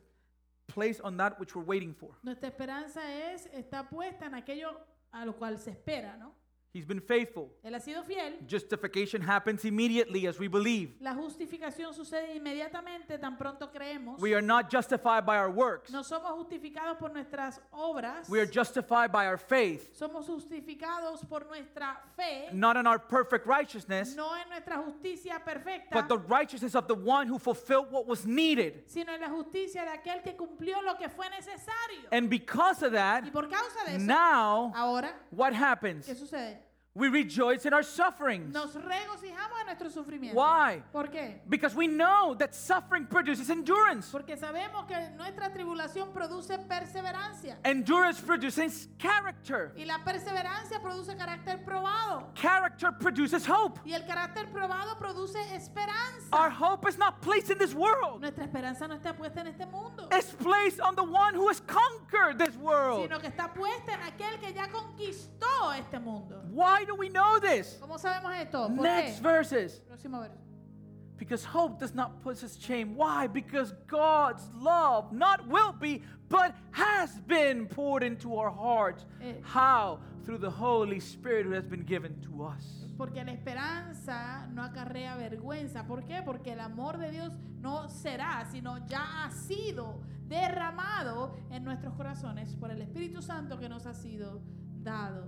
[SPEAKER 1] placed on that which we're waiting for.
[SPEAKER 2] Nuestra esperanza es está puesta en aquello a lo cual se espera, ¿no?
[SPEAKER 1] He's been faithful.
[SPEAKER 2] Él ha sido fiel.
[SPEAKER 1] Justification happens immediately as we believe.
[SPEAKER 2] La justificación sucede inmediatamente tan pronto creemos.
[SPEAKER 1] We are not justified by our works.
[SPEAKER 2] No somos justificados por nuestras obras.
[SPEAKER 1] We are justified by our faith,
[SPEAKER 2] Somos justificados por nuestra fe,
[SPEAKER 1] not on our perfect righteousness,
[SPEAKER 2] no en nuestra justicia perfecta,
[SPEAKER 1] but the righteousness of the one who fulfilled what was needed.
[SPEAKER 2] sino en la justicia de aquel que cumplió lo que fue necesario.
[SPEAKER 1] And because of that,
[SPEAKER 2] Y por causa de eso,
[SPEAKER 1] now
[SPEAKER 2] ahora,
[SPEAKER 1] what happens?
[SPEAKER 2] ¿qué sucede?
[SPEAKER 1] We rejoice in our sufferings
[SPEAKER 2] Nos regocijamos en nuestro sufrimiento.
[SPEAKER 1] Why?
[SPEAKER 2] ¿Por qué?
[SPEAKER 1] because we know that suffering produces endurance.
[SPEAKER 2] Porque sabemos que nuestra tribulación produce perseverancia.
[SPEAKER 1] Endurance produces character.
[SPEAKER 2] Y la perseverancia produce carácter probado.
[SPEAKER 1] Character produces hope.
[SPEAKER 2] Y el carácter probado produce
[SPEAKER 1] Our
[SPEAKER 2] esperanza.
[SPEAKER 1] hope is not placed in this world.
[SPEAKER 2] Nuestra esperanza no está puesta en este mundo,
[SPEAKER 1] It's placed on the one who has conquered this world.
[SPEAKER 2] sino que está puesta en aquel que ya conquistó este mundo.
[SPEAKER 1] Why do we know this?
[SPEAKER 2] ¿Cómo sabemos esto? ¿Por
[SPEAKER 1] Next
[SPEAKER 2] qué?
[SPEAKER 1] verses.
[SPEAKER 2] Próximo verso.
[SPEAKER 1] Because hope does not put us to shame. Why? Because God's love, not will be, but has been poured into our hearts.
[SPEAKER 2] Eh.
[SPEAKER 1] How? Through the Holy Spirit who has been given to us.
[SPEAKER 2] Porque la esperanza no acarrea vergüenza. ¿Por qué? Porque el amor de Dios no será, sino ya ha sido derramado en nuestros corazones por el Espíritu Santo que nos ha sido dado.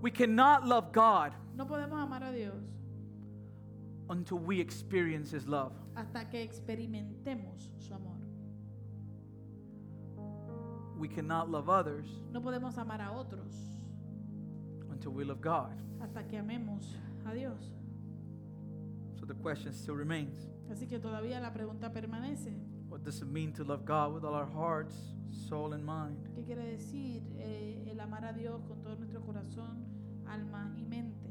[SPEAKER 1] We cannot love God
[SPEAKER 2] No podemos amar a Dios
[SPEAKER 1] until we experience His love.
[SPEAKER 2] hasta que experimentemos su amor.
[SPEAKER 1] We cannot love others
[SPEAKER 2] No podemos amar a otros
[SPEAKER 1] until we love God.
[SPEAKER 2] hasta que amemos a Dios.
[SPEAKER 1] So the question still remains
[SPEAKER 2] Así que todavía la pregunta permanece.
[SPEAKER 1] what does it mean to love God with all our hearts, soul, and mind?
[SPEAKER 2] ¿Qué quiere decir eh, el amar a Dios con todo nuestro corazón, alma y mente?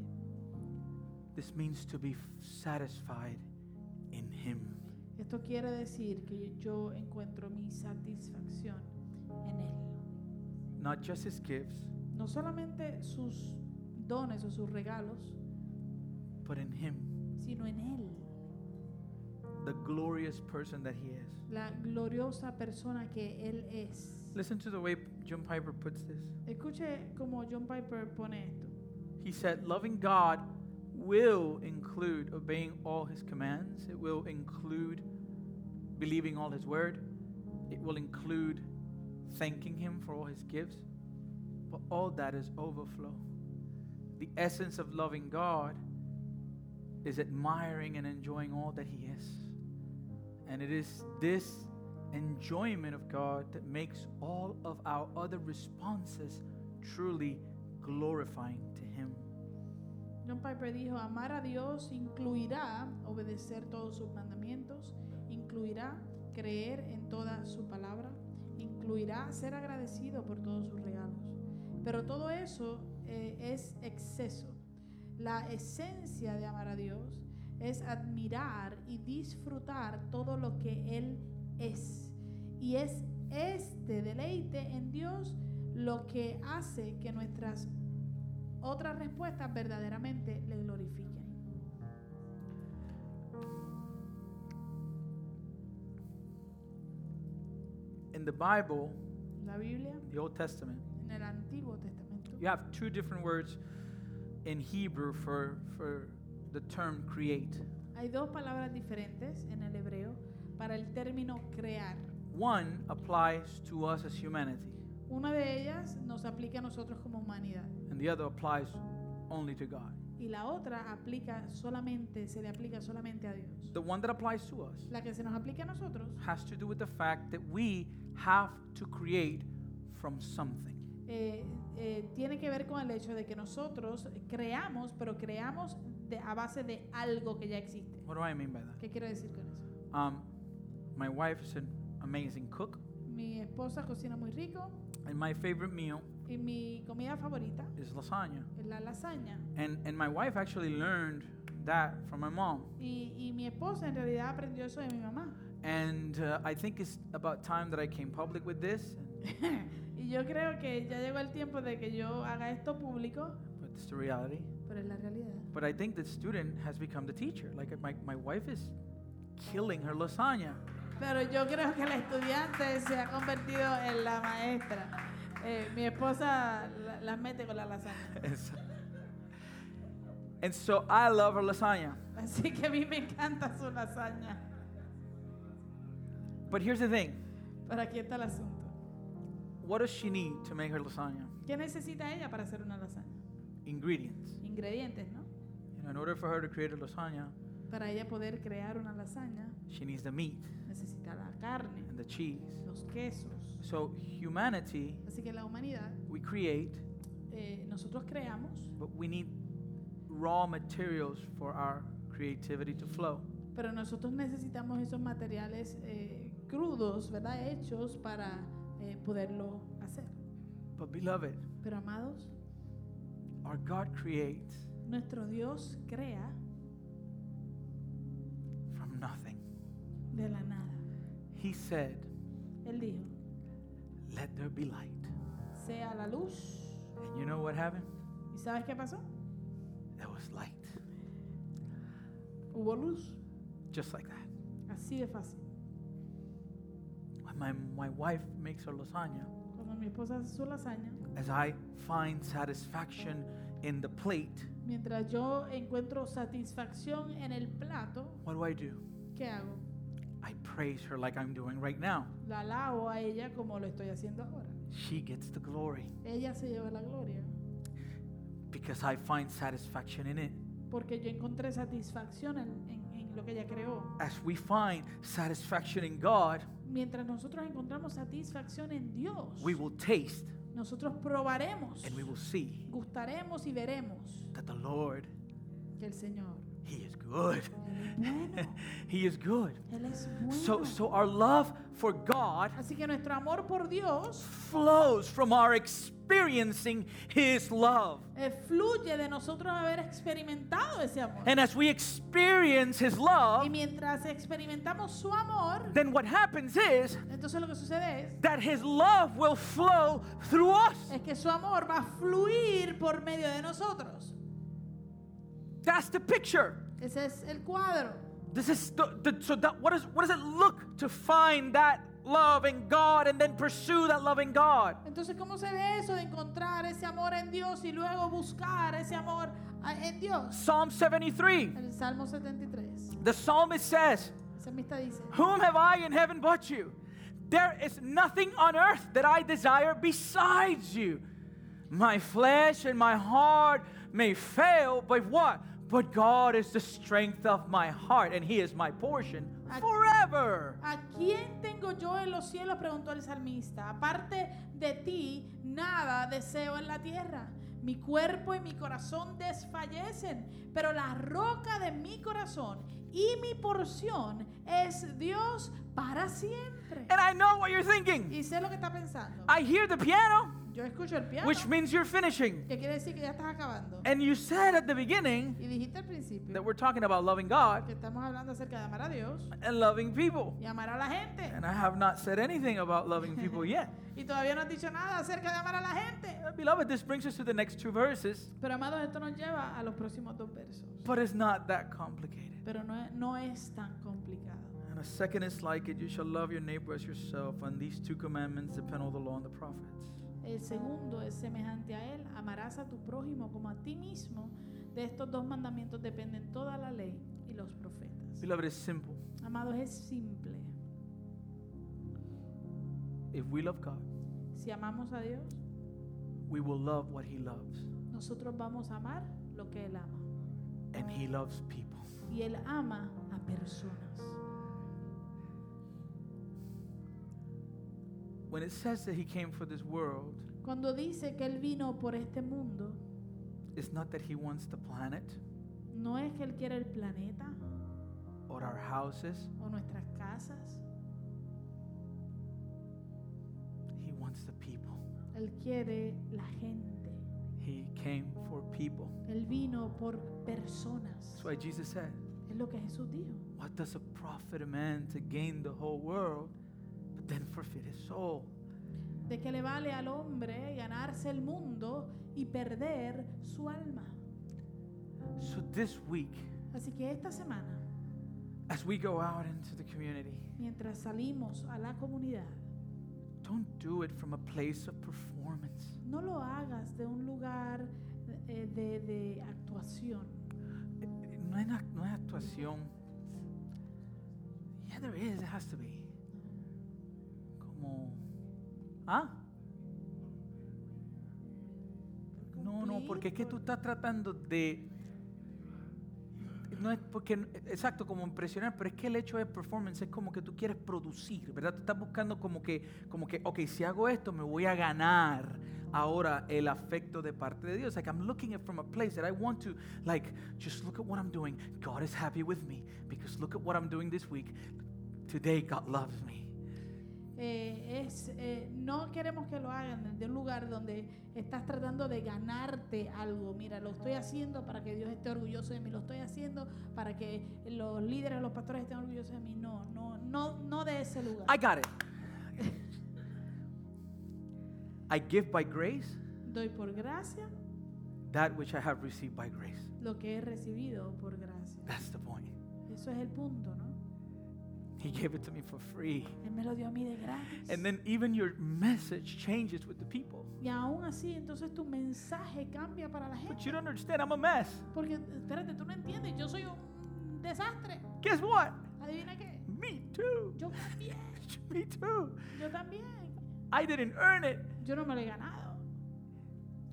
[SPEAKER 1] This means to be satisfied in Him.
[SPEAKER 2] Esto quiere decir que yo encuentro mi satisfacción en Él.
[SPEAKER 1] not just his gifts,
[SPEAKER 2] No solamente sus dones o sus regalos,
[SPEAKER 1] but in him,
[SPEAKER 2] sino en Él.
[SPEAKER 1] the glorious person that he is.
[SPEAKER 2] La gloriosa persona que Él es.
[SPEAKER 1] Listen to the way John Piper puts this.
[SPEAKER 2] Escuche como John Piper pone esto.
[SPEAKER 1] He said, Loving God will include obeying all his commands, it will include believing all his word, it will include thanking him for all his gifts, but all that is overflow. The essence of loving God is admiring and enjoying all that he is. And it is this enjoyment of God that makes all of our other responses truly glorifying to him.
[SPEAKER 2] John Piper dijo, amar a Dios incluirá obedecer todos sus mandamientos, incluirá creer en toda su palabra, incluirá ser agradecido por todos sus regalos. Pero todo eso eh, es exceso. La esencia de amar a Dios es admirar y disfrutar todo lo que Él es. Y es este deleite en Dios lo que hace que nuestras otras respuestas verdaderamente le glorifiquen.
[SPEAKER 1] In the Bible,
[SPEAKER 2] La Biblia,
[SPEAKER 1] the Old Testament,
[SPEAKER 2] en el Antiguo Testamento,
[SPEAKER 1] you have two different words in Hebrew for, for the term create.
[SPEAKER 2] hay dos palabras diferentes en el hebreo para el término crear.
[SPEAKER 1] One applies to us as humanity,
[SPEAKER 2] Una de ellas nos aplica a nosotros como humanidad
[SPEAKER 1] and the other applies only to God.
[SPEAKER 2] y la otra aplica solamente, se le aplica solamente a Dios.
[SPEAKER 1] The one that applies to us
[SPEAKER 2] La que se nos aplica a nosotros
[SPEAKER 1] has to do with the fact that we have to create from something.
[SPEAKER 2] eh, eh, tiene que ver con el hecho de que nosotros creamos, pero creamos de- a base de algo que ya existe.
[SPEAKER 1] What do I mean by that?
[SPEAKER 2] ¿Qué quiero decir con eso?
[SPEAKER 1] Um, my wife is an amazing cook,
[SPEAKER 2] Mi esposa cocina muy rico
[SPEAKER 1] and my favorite meal
[SPEAKER 2] y mi comida favorita
[SPEAKER 1] is lasagna.
[SPEAKER 2] es la lasaña.
[SPEAKER 1] And, and my wife actually learned that from my mom.
[SPEAKER 2] Y, y mi esposa en realidad aprendió eso de mi mamá.
[SPEAKER 1] And uh, I think it's about time that I came public with this and
[SPEAKER 2] Y yo creo que ya llegó el tiempo de que yo haga esto público,
[SPEAKER 1] put this to reality.
[SPEAKER 2] pero es la realidad.
[SPEAKER 1] But I think the student has become the teacher. Like my, my wife is killing her lasagna.
[SPEAKER 2] Pero yo creo que la estudiante se ha convertido en la maestra. Eh, mi esposa la- las mete con la lasaña.
[SPEAKER 1] And so, and so I love her lasagna.
[SPEAKER 2] Así que a mí me encanta su lasaña.
[SPEAKER 1] But here's the thing
[SPEAKER 2] Pero aquí está el asunto.
[SPEAKER 1] what does she need to make her lasagna?
[SPEAKER 2] ¿Qué necesita ella para hacer una lasaña?
[SPEAKER 1] Ingredients.
[SPEAKER 2] Ingredientes, ¿no?
[SPEAKER 1] You know, in order for her to create a lasagna,
[SPEAKER 2] Para ella poder crear una lasaña
[SPEAKER 1] she needs the meat
[SPEAKER 2] necesita la carne,
[SPEAKER 1] and the cheese.
[SPEAKER 2] los quesos.
[SPEAKER 1] So humanity,
[SPEAKER 2] Así que la humanidad,
[SPEAKER 1] we create,
[SPEAKER 2] eh, nosotros creamos,
[SPEAKER 1] but we need raw materials for our creativity to flow.
[SPEAKER 2] pero nosotros necesitamos esos materiales eh, crudos, ¿verdad? Hechos para eh, poderlo hacer.
[SPEAKER 1] But beloved,
[SPEAKER 2] Pero amados,
[SPEAKER 1] our God creates
[SPEAKER 2] nuestro Dios crea
[SPEAKER 1] from nothing.
[SPEAKER 2] de la nada.
[SPEAKER 1] He said,
[SPEAKER 2] Él dijo,
[SPEAKER 1] "Let there be light."
[SPEAKER 2] sea la luz.
[SPEAKER 1] And you know what happened?
[SPEAKER 2] ¿Y sabes qué pasó?
[SPEAKER 1] There was light,
[SPEAKER 2] Hubo luz.
[SPEAKER 1] just like that.
[SPEAKER 2] Así de fácil.
[SPEAKER 1] When my my wife makes her lasagna,
[SPEAKER 2] Cuando mi esposa hace su lasaña,
[SPEAKER 1] as I find satisfaction in the plate,
[SPEAKER 2] mientras yo encuentro satisfacción en el plato,
[SPEAKER 1] what do I do?
[SPEAKER 2] ¿qué hago?
[SPEAKER 1] I praise her like I'm doing right now.
[SPEAKER 2] La alabo a ella como lo estoy haciendo ahora.
[SPEAKER 1] She gets the glory
[SPEAKER 2] Ella se lleva la gloria
[SPEAKER 1] because I find satisfaction in it.
[SPEAKER 2] porque yo encontré satisfacción en, en- en lo que ella creó.
[SPEAKER 1] As we find satisfaction in God,
[SPEAKER 2] Mientras nosotros encontramos satisfacción en Dios,
[SPEAKER 1] we will taste
[SPEAKER 2] nosotros probaremos,
[SPEAKER 1] and we will see
[SPEAKER 2] gustaremos y veremos
[SPEAKER 1] that the Lord,
[SPEAKER 2] que el Señor
[SPEAKER 1] He is good.
[SPEAKER 2] es bueno.
[SPEAKER 1] He is good.
[SPEAKER 2] Él es bueno.
[SPEAKER 1] So, so our love for God
[SPEAKER 2] Así que nuestro amor por Dios
[SPEAKER 1] flows from our experiencing His love.
[SPEAKER 2] eh, fluye de nosotros haber experimentado ese amor.
[SPEAKER 1] And as we experience His
[SPEAKER 2] Y
[SPEAKER 1] love,
[SPEAKER 2] mientras experimentamos su amor,
[SPEAKER 1] then what happens is
[SPEAKER 2] entonces lo que sucede es
[SPEAKER 1] that His love will flow through us.
[SPEAKER 2] es que su amor va a fluir por medio de nosotros.
[SPEAKER 1] That's the picture.
[SPEAKER 2] Ese es el cuadro.
[SPEAKER 1] This is the, the so that what is what does it look to find that love in God and then pursue that love in God?
[SPEAKER 2] Entonces, ¿cómo se ve eso de encontrar ese amor en Dios y luego buscar ese amor ah, en Dios?
[SPEAKER 1] Psalm 73.
[SPEAKER 2] El Salmo 73.
[SPEAKER 1] The psalmist says,
[SPEAKER 2] El salmista dice,
[SPEAKER 1] Whom have I in heaven but you? There is nothing on earth that I desire besides you. My flesh and my heart may fail, but what? But God is the strength of my heart, and He is my portion forever.
[SPEAKER 2] ¿a quién tengo yo en los cielos? Preguntó el salmista. Aparte de ti, nada deseo en la tierra. Mi cuerpo y mi corazón desfallecen, pero la roca de mi corazón y mi porción es Dios para siempre.
[SPEAKER 1] And I know what you're thinking.
[SPEAKER 2] Y sé lo que está pensando.
[SPEAKER 1] I hear the piano,
[SPEAKER 2] Yo escucho el piano,
[SPEAKER 1] which means you're finishing.
[SPEAKER 2] que quiere decir que ya estás acabando.
[SPEAKER 1] And you said at the beginning
[SPEAKER 2] Y dijiste al principio
[SPEAKER 1] that we're talking about loving God
[SPEAKER 2] que estamos hablando acerca de amar a Dios
[SPEAKER 1] and loving people.
[SPEAKER 2] y amar a la gente.
[SPEAKER 1] And I have not said anything about loving people yet.
[SPEAKER 2] Y todavía no has dicho nada acerca de amar a la gente.
[SPEAKER 1] Uh, Beloved, this brings us to the next two verses,
[SPEAKER 2] Pero amados, esto nos lleva a los próximos dos versos.
[SPEAKER 1] but it's not that complicated.
[SPEAKER 2] Pero no es, no es tan complicado.
[SPEAKER 1] And a second is like it you shall love your neighbor as yourself, and these two commandments depend on the law and the prophets.
[SPEAKER 2] El segundo es semejante a él. Amarás a tu prójimo como a ti mismo. De estos dos mandamientos dependen toda la ley y los profetas.
[SPEAKER 1] Beloved, it's simple.
[SPEAKER 2] Amados, es simple.
[SPEAKER 1] If we love God,
[SPEAKER 2] Si amamos a Dios,
[SPEAKER 1] we will love what He loves,
[SPEAKER 2] nosotros vamos a amar lo que Él ama.
[SPEAKER 1] and He loves people.
[SPEAKER 2] Y Él ama a personas.
[SPEAKER 1] When it says that He came for this world,
[SPEAKER 2] Cuando dice que Él vino por este mundo,
[SPEAKER 1] it's not that He wants the planet
[SPEAKER 2] no es que Él quiere el planeta
[SPEAKER 1] or our houses,
[SPEAKER 2] o nuestras casas.
[SPEAKER 1] He wants the people.
[SPEAKER 2] Él quiere la gente.
[SPEAKER 1] He came for people.
[SPEAKER 2] Él vino por personas.
[SPEAKER 1] That's why Jesus said,
[SPEAKER 2] Es lo que Jesús dijo.
[SPEAKER 1] What does it profit a man to gain the whole world, but then forfeit his soul?
[SPEAKER 2] ¿De qué le vale al hombre ganarse el mundo y perder su alma?
[SPEAKER 1] So this week,
[SPEAKER 2] Así que esta semana,
[SPEAKER 1] as we go out into the community,
[SPEAKER 2] mientras salimos a la comunidad,
[SPEAKER 1] don't do it from a place of performance.
[SPEAKER 2] no lo hagas de un lugar eh, de, de actuación.
[SPEAKER 1] Eh, eh, No es, no es actuación. Yeah, there is. It has to be. Como. ¿Ah? No, no,
[SPEAKER 2] Cumplir
[SPEAKER 1] porque es que tú estás tratando de. No es porque. Exacto, como impresionar, pero es que el hecho de performance es como que tú quieres producir, ¿verdad? Tú estás buscando como que, como que, ok, si hago esto me voy a ganar ahora el afecto de parte de Dios. Like I'm looking at from a place that I want to, like, just look at what I'm doing. God is happy with me because look at what I'm doing this week. Today God loves me.
[SPEAKER 2] Eh, es, eh, no queremos que lo hagan de un lugar donde estás tratando de ganarte algo. Mira, lo estoy haciendo para que Dios esté orgulloso de mí, lo estoy haciendo para que los líderes, los pastores estén orgullosos de mí. No, no, no, no de ese lugar.
[SPEAKER 1] I got it. I give by grace
[SPEAKER 2] Doy por gracia
[SPEAKER 1] that which I have received by grace.
[SPEAKER 2] lo que he recibido por gracia.
[SPEAKER 1] That's the point.
[SPEAKER 2] Eso es el punto, ¿no?
[SPEAKER 1] He gave it to me for free.
[SPEAKER 2] Él me lo dio a mí de gratis.
[SPEAKER 1] And then even your message changes with the people.
[SPEAKER 2] y aún así, entonces tu mensaje cambia para la
[SPEAKER 1] But
[SPEAKER 2] gente.
[SPEAKER 1] you don't understand, I'm a mess.
[SPEAKER 2] Porque, espérate, tú no entiendes, yo soy un desastre.
[SPEAKER 1] Guess what?
[SPEAKER 2] ¿Adivina qué?
[SPEAKER 1] Me too.
[SPEAKER 2] Yo también,
[SPEAKER 1] Me too.
[SPEAKER 2] yo también.
[SPEAKER 1] I didn't earn it.
[SPEAKER 2] Yo no me lo he ganado.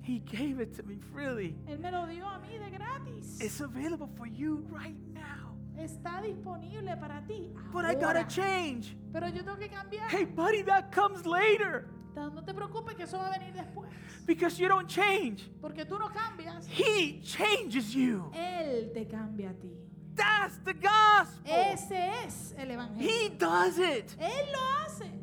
[SPEAKER 1] He gave it to me freely.
[SPEAKER 2] Él me lo dio a mí de gratis.
[SPEAKER 1] It's available for you right now.
[SPEAKER 2] Está disponible para ti.
[SPEAKER 1] But I gotta
[SPEAKER 2] ahora.
[SPEAKER 1] change.
[SPEAKER 2] Pero yo tengo que cambiar.
[SPEAKER 1] Hey, buddy, that comes later
[SPEAKER 2] Ta- No te preocupes que eso va a venir después.
[SPEAKER 1] because you don't change.
[SPEAKER 2] Porque tú no cambias.
[SPEAKER 1] He changes you.
[SPEAKER 2] Él te cambia a ti.
[SPEAKER 1] Oh. That's the gospel.
[SPEAKER 2] Ese es el evangelio.
[SPEAKER 1] He does it.
[SPEAKER 2] Él lo hace.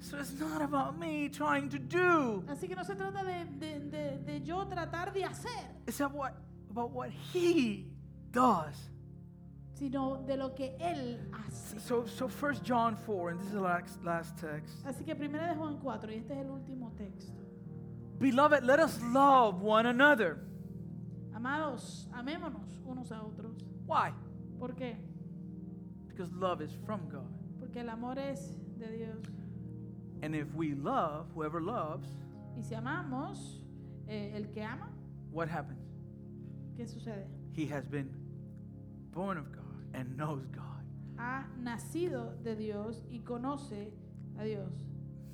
[SPEAKER 1] So it's not about me trying to do.
[SPEAKER 2] Así que no se trata de, de- de- de yo tratar de hacer,
[SPEAKER 1] It's about what, about what he does.
[SPEAKER 2] sino de lo que Él hace.
[SPEAKER 1] So, so First John 4, and this is the last, last text.
[SPEAKER 2] Así que primera de Juan 4, y este es el último texto.
[SPEAKER 1] Beloved, let us love one another.
[SPEAKER 2] Amados, amémonos unos a otros.
[SPEAKER 1] Why?
[SPEAKER 2] ¿Por qué?
[SPEAKER 1] Because love is from God.
[SPEAKER 2] Porque el amor es de Dios.
[SPEAKER 1] And if we love, whoever loves,
[SPEAKER 2] Y si amamos, eh, el que ama,
[SPEAKER 1] what happens?
[SPEAKER 2] ¿qué sucede?
[SPEAKER 1] He has been born of God and knows God.
[SPEAKER 2] Ha nacido de Dios y conoce a Dios.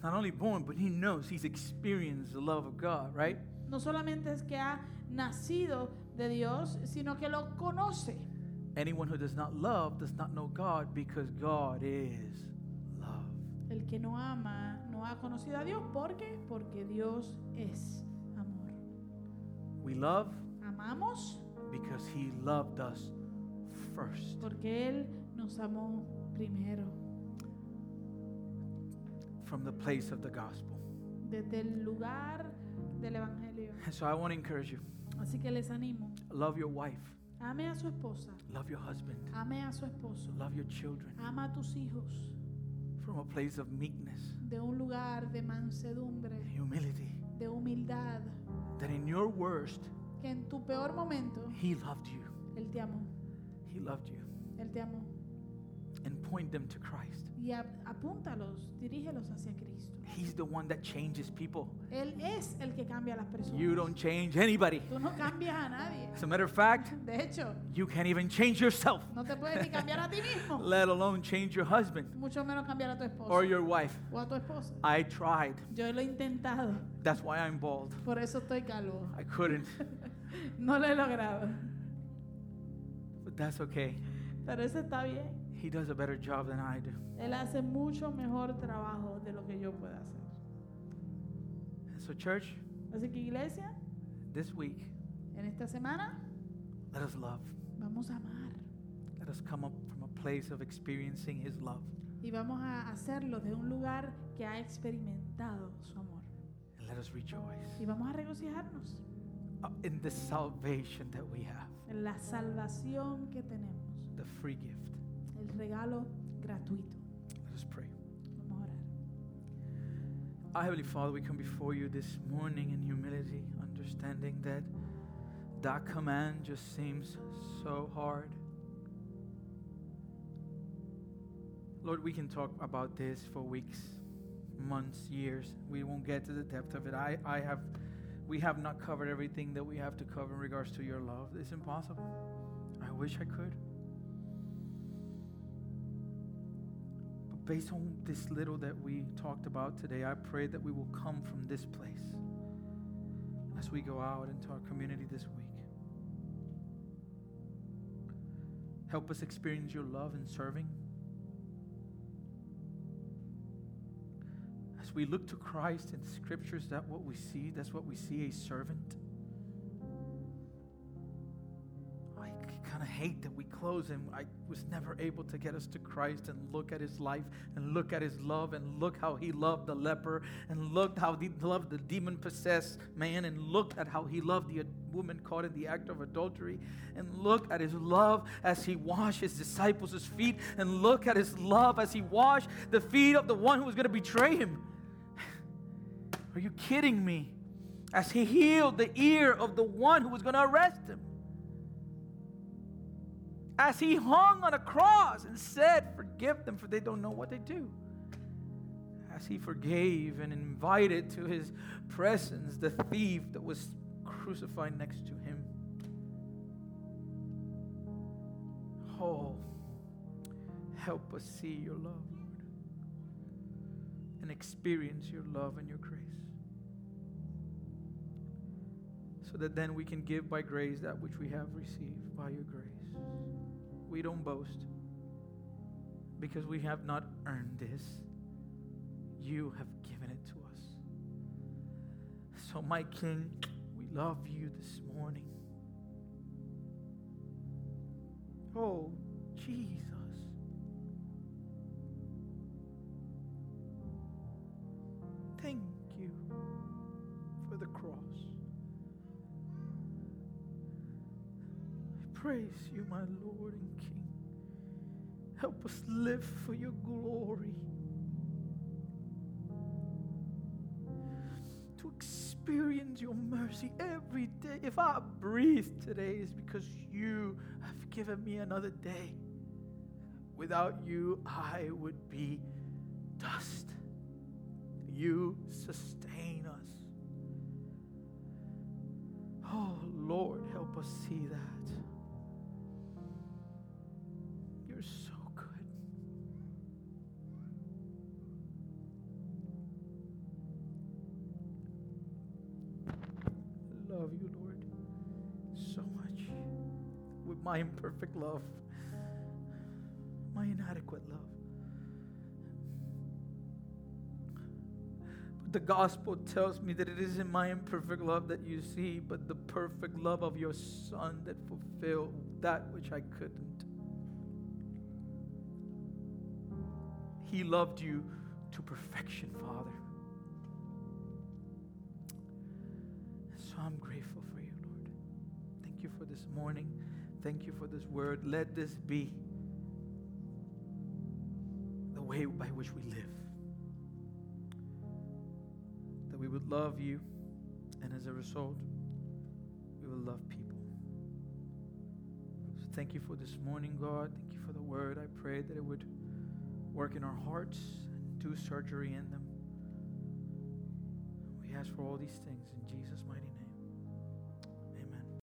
[SPEAKER 1] Not only born, but he knows he's experienced the love of God, right?
[SPEAKER 2] No solamente es que ha nacido de Dios, sino que lo conoce.
[SPEAKER 1] Anyone who does not love does not know God because God is love.
[SPEAKER 2] El que no ama no ha conocido a Dios. ¿Por qué? Porque Dios es amor.
[SPEAKER 1] We love
[SPEAKER 2] Amamos
[SPEAKER 1] because he loved us first.
[SPEAKER 2] porque Él nos amó primero.
[SPEAKER 1] from the place of the gospel.
[SPEAKER 2] Desde el lugar del Evangelio.
[SPEAKER 1] And so I want to encourage you
[SPEAKER 2] Así que les animo.
[SPEAKER 1] love your wife,
[SPEAKER 2] Ame a su esposa.
[SPEAKER 1] love your husband,
[SPEAKER 2] Ame a su esposo.
[SPEAKER 1] love your children
[SPEAKER 2] Ama a tus hijos.
[SPEAKER 1] from a place of meekness,
[SPEAKER 2] De un lugar de mansedumbre,
[SPEAKER 1] humility.
[SPEAKER 2] de humildad.
[SPEAKER 1] That in your worst,
[SPEAKER 2] Que en tu peor momento,
[SPEAKER 1] he loved you.
[SPEAKER 2] Él te amó.
[SPEAKER 1] He loved you.
[SPEAKER 2] Él te amó.
[SPEAKER 1] And point them to Christ.
[SPEAKER 2] Y ap- apúntalos, dirígelos hacia Cristo.
[SPEAKER 1] He's the one that changes people.
[SPEAKER 2] Él es el que cambia a las personas.
[SPEAKER 1] You don't change anybody.
[SPEAKER 2] Tú no cambias a nadie.
[SPEAKER 1] As a matter of fact,
[SPEAKER 2] De hecho,
[SPEAKER 1] you can't even change yourself,
[SPEAKER 2] no te puedes ni cambiar a ti mismo,
[SPEAKER 1] let alone change your husband
[SPEAKER 2] mucho menos cambiar a tu
[SPEAKER 1] or
[SPEAKER 2] esposo
[SPEAKER 1] your wife.
[SPEAKER 2] o a tu esposa.
[SPEAKER 1] I tried.
[SPEAKER 2] Yo lo he intentado,
[SPEAKER 1] That's why I'm bald.
[SPEAKER 2] por eso estoy calvo.
[SPEAKER 1] I couldn't.
[SPEAKER 2] No lo he logrado,
[SPEAKER 1] But that's okay.
[SPEAKER 2] pero eso está bien.
[SPEAKER 1] He does a better job than I do.
[SPEAKER 2] Él hace mucho mejor trabajo de lo que yo pueda hacer.
[SPEAKER 1] And so, church,
[SPEAKER 2] Así que iglesia,
[SPEAKER 1] this week,
[SPEAKER 2] en esta semana
[SPEAKER 1] Let us love.
[SPEAKER 2] vamos a amar
[SPEAKER 1] Let us come up from a place of experiencing His love.
[SPEAKER 2] y vamos a hacerlo de un lugar que ha experimentado su amor.
[SPEAKER 1] And let us rejoice
[SPEAKER 2] Y vamos a regocijarnos
[SPEAKER 1] uh, in the salvation that we have.
[SPEAKER 2] en la salvación que tenemos.
[SPEAKER 1] the free gift.
[SPEAKER 2] el regalo gratuito.
[SPEAKER 1] Let us pray.
[SPEAKER 2] Vamos a orar.
[SPEAKER 1] Our Heavenly Father, we come before you this morning in humility, understanding that that command just seems so hard. Lord, we can talk about this for weeks, months, years. We won't get to the depth of it. I, I have we have not covered everything that we have to cover in regards to your love. It's impossible. I wish I could. But based on this little that we talked about today, I pray that we will come from this place as we go out into our community this week. Help us experience your love in serving. As we look to Christ in scriptures, that what we see, that's what we see a servant. I kind of hate that we close and I was never able to get us to Christ and look at his life and look at his love and look how he loved the leper and looked how he loved the demon possessed man and looked at how he loved the woman caught in the act of adultery and look at his love as he washed his disciples' feet and look at his love as he washed the feet of the one who was going to betray him. Are you kidding me? As he healed the ear of the one who was going to arrest him as he hung on a cross and said, Forgive them, for they don't know what they do. As he forgave and invited to his presence the thief that was crucified next to him. Oh, help us see your love, Lord, and experience your love and your grace. So that then we can give by grace that which we have received by your grace we don't boast because we have not earned this. You have given it to us. So, my King, we love you this morning. Oh, Jesus. Thank you for the cross. praise you, my Lord and King. Help us live for your glory. To experience your mercy every day. If I breathe today, it's because you have given me another day. Without you, I would be dust. You sustain us. Oh, Lord, help us see that. You're so good. I love you, Lord, so much. With my imperfect love, my inadequate love. But the gospel tells me that it isn't my imperfect love that you see, but the perfect love of your Son that fulfilled that which I couldn't. He loved you to perfection, Father. So I'm grateful for you, Lord. Thank you for this morning. Thank you for this word. Let this be the way by which we live. That we would love you, and as a result, we will love people. So thank you for this morning, God. Thank you for the word. I pray that it would work in our hearts, do surgery in them. We ask for all these things in Jesus' mighty name.